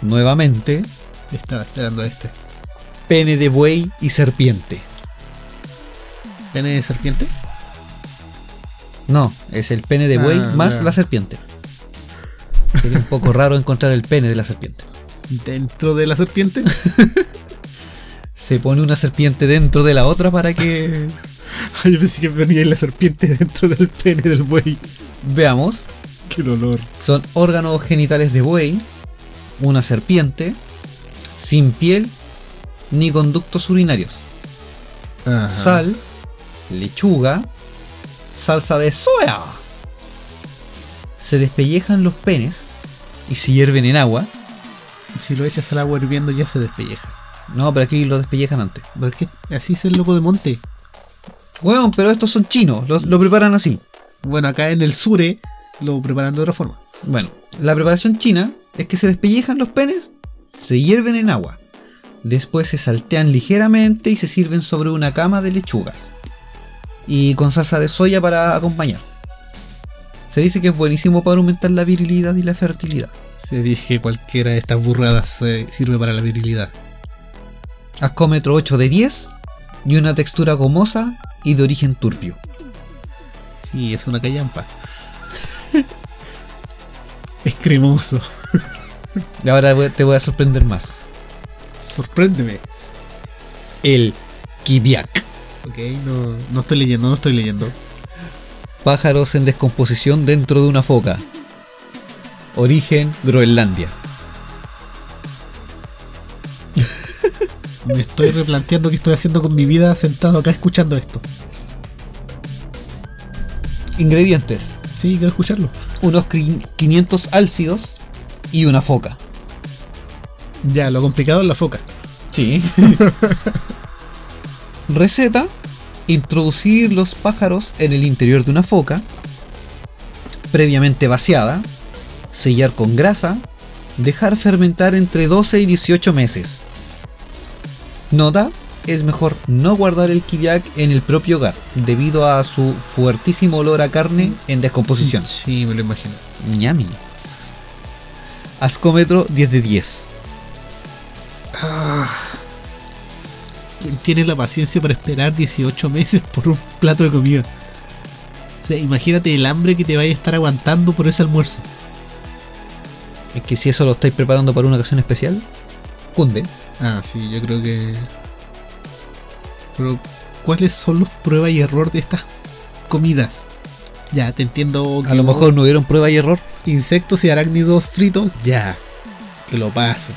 [SPEAKER 1] nuevamente,
[SPEAKER 2] estaba esperando a este.
[SPEAKER 1] pene de buey y serpiente.
[SPEAKER 2] ¿Pene de serpiente?
[SPEAKER 1] No, es el pene de buey
[SPEAKER 2] Ah,
[SPEAKER 1] más
[SPEAKER 2] ya.
[SPEAKER 1] la serpiente. Sería un poco raro encontrar el pene de la serpiente.
[SPEAKER 2] dentro de la serpiente (laughs)
[SPEAKER 1] Se pone una serpiente dentro de la otra para
[SPEAKER 2] (laughs)
[SPEAKER 1] que
[SPEAKER 2] Ay, Ah, Yo pensé que venía la serpiente dentro del pene del buey. (laughs)
[SPEAKER 1] veamos.
[SPEAKER 2] Qué dolor.
[SPEAKER 1] Son órganos genitales de buey, una serpiente, sin piel ni conductos urinarios. sal, lechuga, salsa de soya. Se despellejan los penes y se hierven en agua.
[SPEAKER 2] Si lo echas al agua hirviendo ya se despelleja.
[SPEAKER 1] No, pero aquí los despellejan antes.
[SPEAKER 2] ¿Por qué? Así es el loco de monte.
[SPEAKER 1] Bueno, pero estos son chinos, lo, lo preparan así.
[SPEAKER 2] Bueno, acá en el sure lo preparan de otra forma.
[SPEAKER 1] Bueno, la preparación china es que se despellejan los penes, se hierven en agua. Después se saltean ligeramente y se sirven sobre una cama de lechugas. Y con salsa de soya para acompañar. Se dice que es buenísimo para aumentar la virilidad y la fertilidad.
[SPEAKER 2] Se dice que cualquiera de estas burradas eh, sirve para la virilidad.
[SPEAKER 1] ascómetro 8 de 10 y una textura gomosa y de origen turbio.
[SPEAKER 2] Sí, es una callampa. (laughs) es cremoso.
[SPEAKER 1] Y ahora voy- te voy a sorprender más.
[SPEAKER 2] Sorpréndeme.
[SPEAKER 1] El kibiak.
[SPEAKER 2] Ok, no, no estoy leyendo, no estoy leyendo.
[SPEAKER 1] Pájaros en descomposición dentro de una foca. Origen Groenlandia.
[SPEAKER 2] Me estoy replanteando qué estoy haciendo con mi vida sentado acá escuchando esto.
[SPEAKER 1] Ingredientes.
[SPEAKER 2] Sí, quiero escucharlo.
[SPEAKER 1] Unos cri- 500 álcidos y una foca.
[SPEAKER 2] Ya, lo complicado es la foca.
[SPEAKER 1] Sí. (laughs) Receta. Introducir los pájaros en el interior de una foca, previamente vaciada, sellar con grasa, dejar fermentar entre 12 y 18 meses. Nota, es mejor no guardar el kibiak en el propio hogar, debido a su fuertísimo olor a carne en descomposición.
[SPEAKER 2] Sí, me lo imagino.
[SPEAKER 1] Ñami. Ascómetro 10 de 10.
[SPEAKER 2] Ah. ¿Quién tiene la paciencia para esperar 18 meses por un plato de comida? O sea, imagínate el hambre que te vaya a estar aguantando por ese almuerzo.
[SPEAKER 1] Es que si eso lo estáis preparando para una ocasión especial, cunde.
[SPEAKER 2] Ah, sí, yo creo que... Pero, ¿cuáles son los pruebas y error de estas comidas. Ya, te entiendo.
[SPEAKER 1] A lo mejor no hubieron prueba y error.
[SPEAKER 2] Insectos y arácnidos fritos, ya. Te lo paso.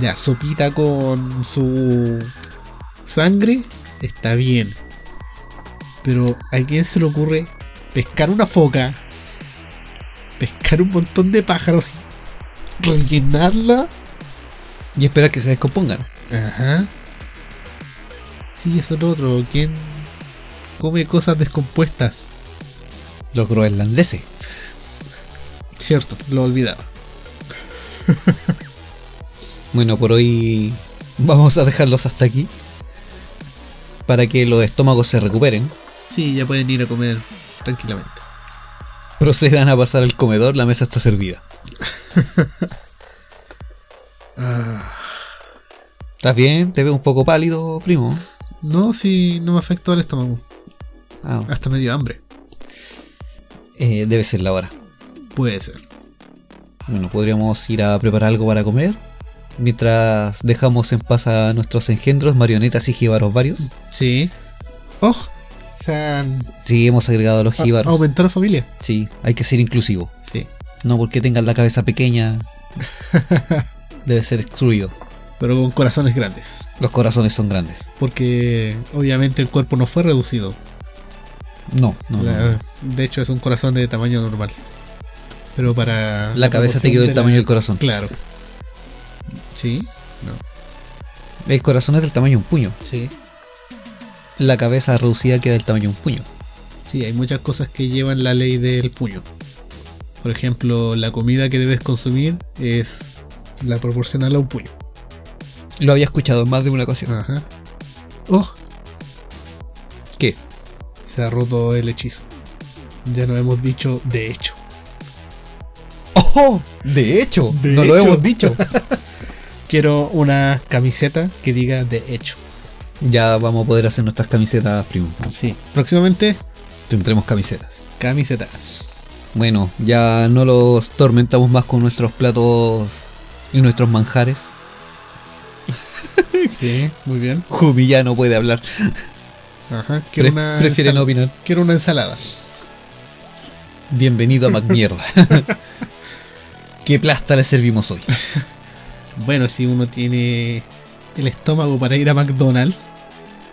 [SPEAKER 2] Ya, sopita con su sangre, está bien. Pero ¿a quién se le ocurre pescar una foca? Pescar un montón de pájaros y rellenarla.
[SPEAKER 1] Y espera que se descompongan.
[SPEAKER 2] Ajá. Sí, eso es lo otro. ¿Quién come cosas descompuestas?
[SPEAKER 1] Los groenlandeses.
[SPEAKER 2] Cierto, lo olvidaba.
[SPEAKER 1] Bueno, por hoy vamos a dejarlos hasta aquí. Para que los estómagos se recuperen.
[SPEAKER 2] Sí, ya pueden ir a comer tranquilamente.
[SPEAKER 1] Procedan a pasar al comedor, la mesa está servida.
[SPEAKER 2] Ah,
[SPEAKER 1] ¿Estás bien? Te veo un poco pálido, primo.
[SPEAKER 2] no, sí, no me afectó al estómago.
[SPEAKER 1] Ah,
[SPEAKER 2] Hasta me dio hambre.
[SPEAKER 1] eh, debe ser la hora.
[SPEAKER 2] Puede ser.
[SPEAKER 1] Bueno, podríamos ir a preparar algo para comer. Mientras dejamos en paz a nuestros engendros, marionetas y jíbaros varios.
[SPEAKER 2] Sí. Oh, se han
[SPEAKER 1] Sí, hemos agregado a los
[SPEAKER 2] a-
[SPEAKER 1] jíbaros.
[SPEAKER 2] aumentó la familia.
[SPEAKER 1] Sí, hay que ser inclusivo.
[SPEAKER 2] Sí.
[SPEAKER 1] No porque tengan la cabeza
[SPEAKER 2] (laughs)
[SPEAKER 1] pequeña. Debe ser excluido.
[SPEAKER 2] Pero con corazones grandes.
[SPEAKER 1] Los corazones son grandes.
[SPEAKER 2] Porque obviamente el cuerpo no fue reducido.
[SPEAKER 1] No, no. no.
[SPEAKER 2] La-
[SPEAKER 1] La,
[SPEAKER 2] de hecho es un corazón de tamaño normal. Pero para...
[SPEAKER 1] cabeza te
[SPEAKER 2] proporción
[SPEAKER 1] quedó
[SPEAKER 2] de
[SPEAKER 1] del
[SPEAKER 2] la-
[SPEAKER 1] tamaño del corazón.
[SPEAKER 2] Claro. Sí,
[SPEAKER 1] El corazón es del tamaño de un puño.
[SPEAKER 2] sí.
[SPEAKER 1] La cabeza reducida queda del tamaño de un puño.
[SPEAKER 2] Sí, hay muchas cosas que llevan la ley del puño. Por ejemplo, la comida que debes consumir es la proporcional a un puño.
[SPEAKER 1] Lo había escuchado en más de una ocasión.
[SPEAKER 2] Ajá. Oh,
[SPEAKER 1] ¿Qué?
[SPEAKER 2] se ha roto el hechizo. Ya no hemos dicho de hecho.
[SPEAKER 1] ¡Ojo! ¡Oh! De hecho,
[SPEAKER 2] De
[SPEAKER 1] no lo
[SPEAKER 2] hecho.
[SPEAKER 1] hemos (laughs) dicho.
[SPEAKER 2] Quiero una camiseta que diga de hecho.
[SPEAKER 1] ya vamos a poder hacer nuestras camisetas, primo.
[SPEAKER 2] Sí. Próximamente,
[SPEAKER 1] Tendremos camisetas.
[SPEAKER 2] camisetas.
[SPEAKER 1] Bueno, ya no los tormentamos más con nuestros platos y nuestros manjares.
[SPEAKER 2] Sí, muy bien.
[SPEAKER 1] Jumi ya no puede hablar.
[SPEAKER 2] Ajá.
[SPEAKER 1] Pre-
[SPEAKER 2] Quiero una,
[SPEAKER 1] prefiere no
[SPEAKER 2] ensala-
[SPEAKER 1] opinar.
[SPEAKER 2] quiero una ensalada.
[SPEAKER 1] Bienvenido a Macmierda. (laughs) ¿Qué plasta le servimos hoy?
[SPEAKER 2] Bueno, si uno tiene el estómago para ir a McDonald's,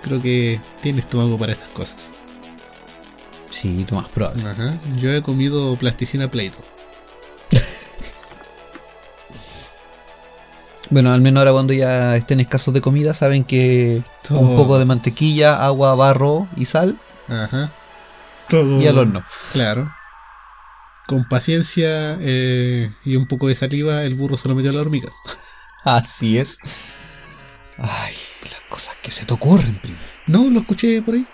[SPEAKER 2] creo que tiene estómago para estas cosas.
[SPEAKER 1] Sí, lo más probable.
[SPEAKER 2] Ajá. Yo he comido plasticina pleito.
[SPEAKER 1] Bueno, al menos ahora cuando ya estén escasos de comida, saben que
[SPEAKER 2] Todo-
[SPEAKER 1] un poco de mantequilla, agua, barro y sal
[SPEAKER 2] Ajá. Todo.
[SPEAKER 1] y al horno.
[SPEAKER 2] Claro. Con paciencia eh, y un poco de saliva, el burro se lo metió a la hormiga.
[SPEAKER 1] Así es. Ay, las cosas que se te ocurren, primo.
[SPEAKER 2] No, lo escuché por ahí.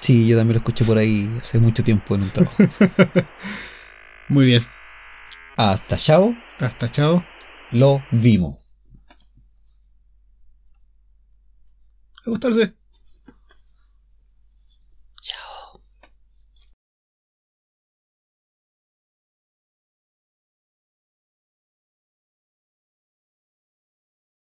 [SPEAKER 1] Sí, yo también lo escuché por ahí hace mucho tiempo en un trabajo.
[SPEAKER 2] Muy bien.
[SPEAKER 1] Hasta chao,
[SPEAKER 2] Hasta chao.
[SPEAKER 1] lo vimos.
[SPEAKER 2] A gustarse.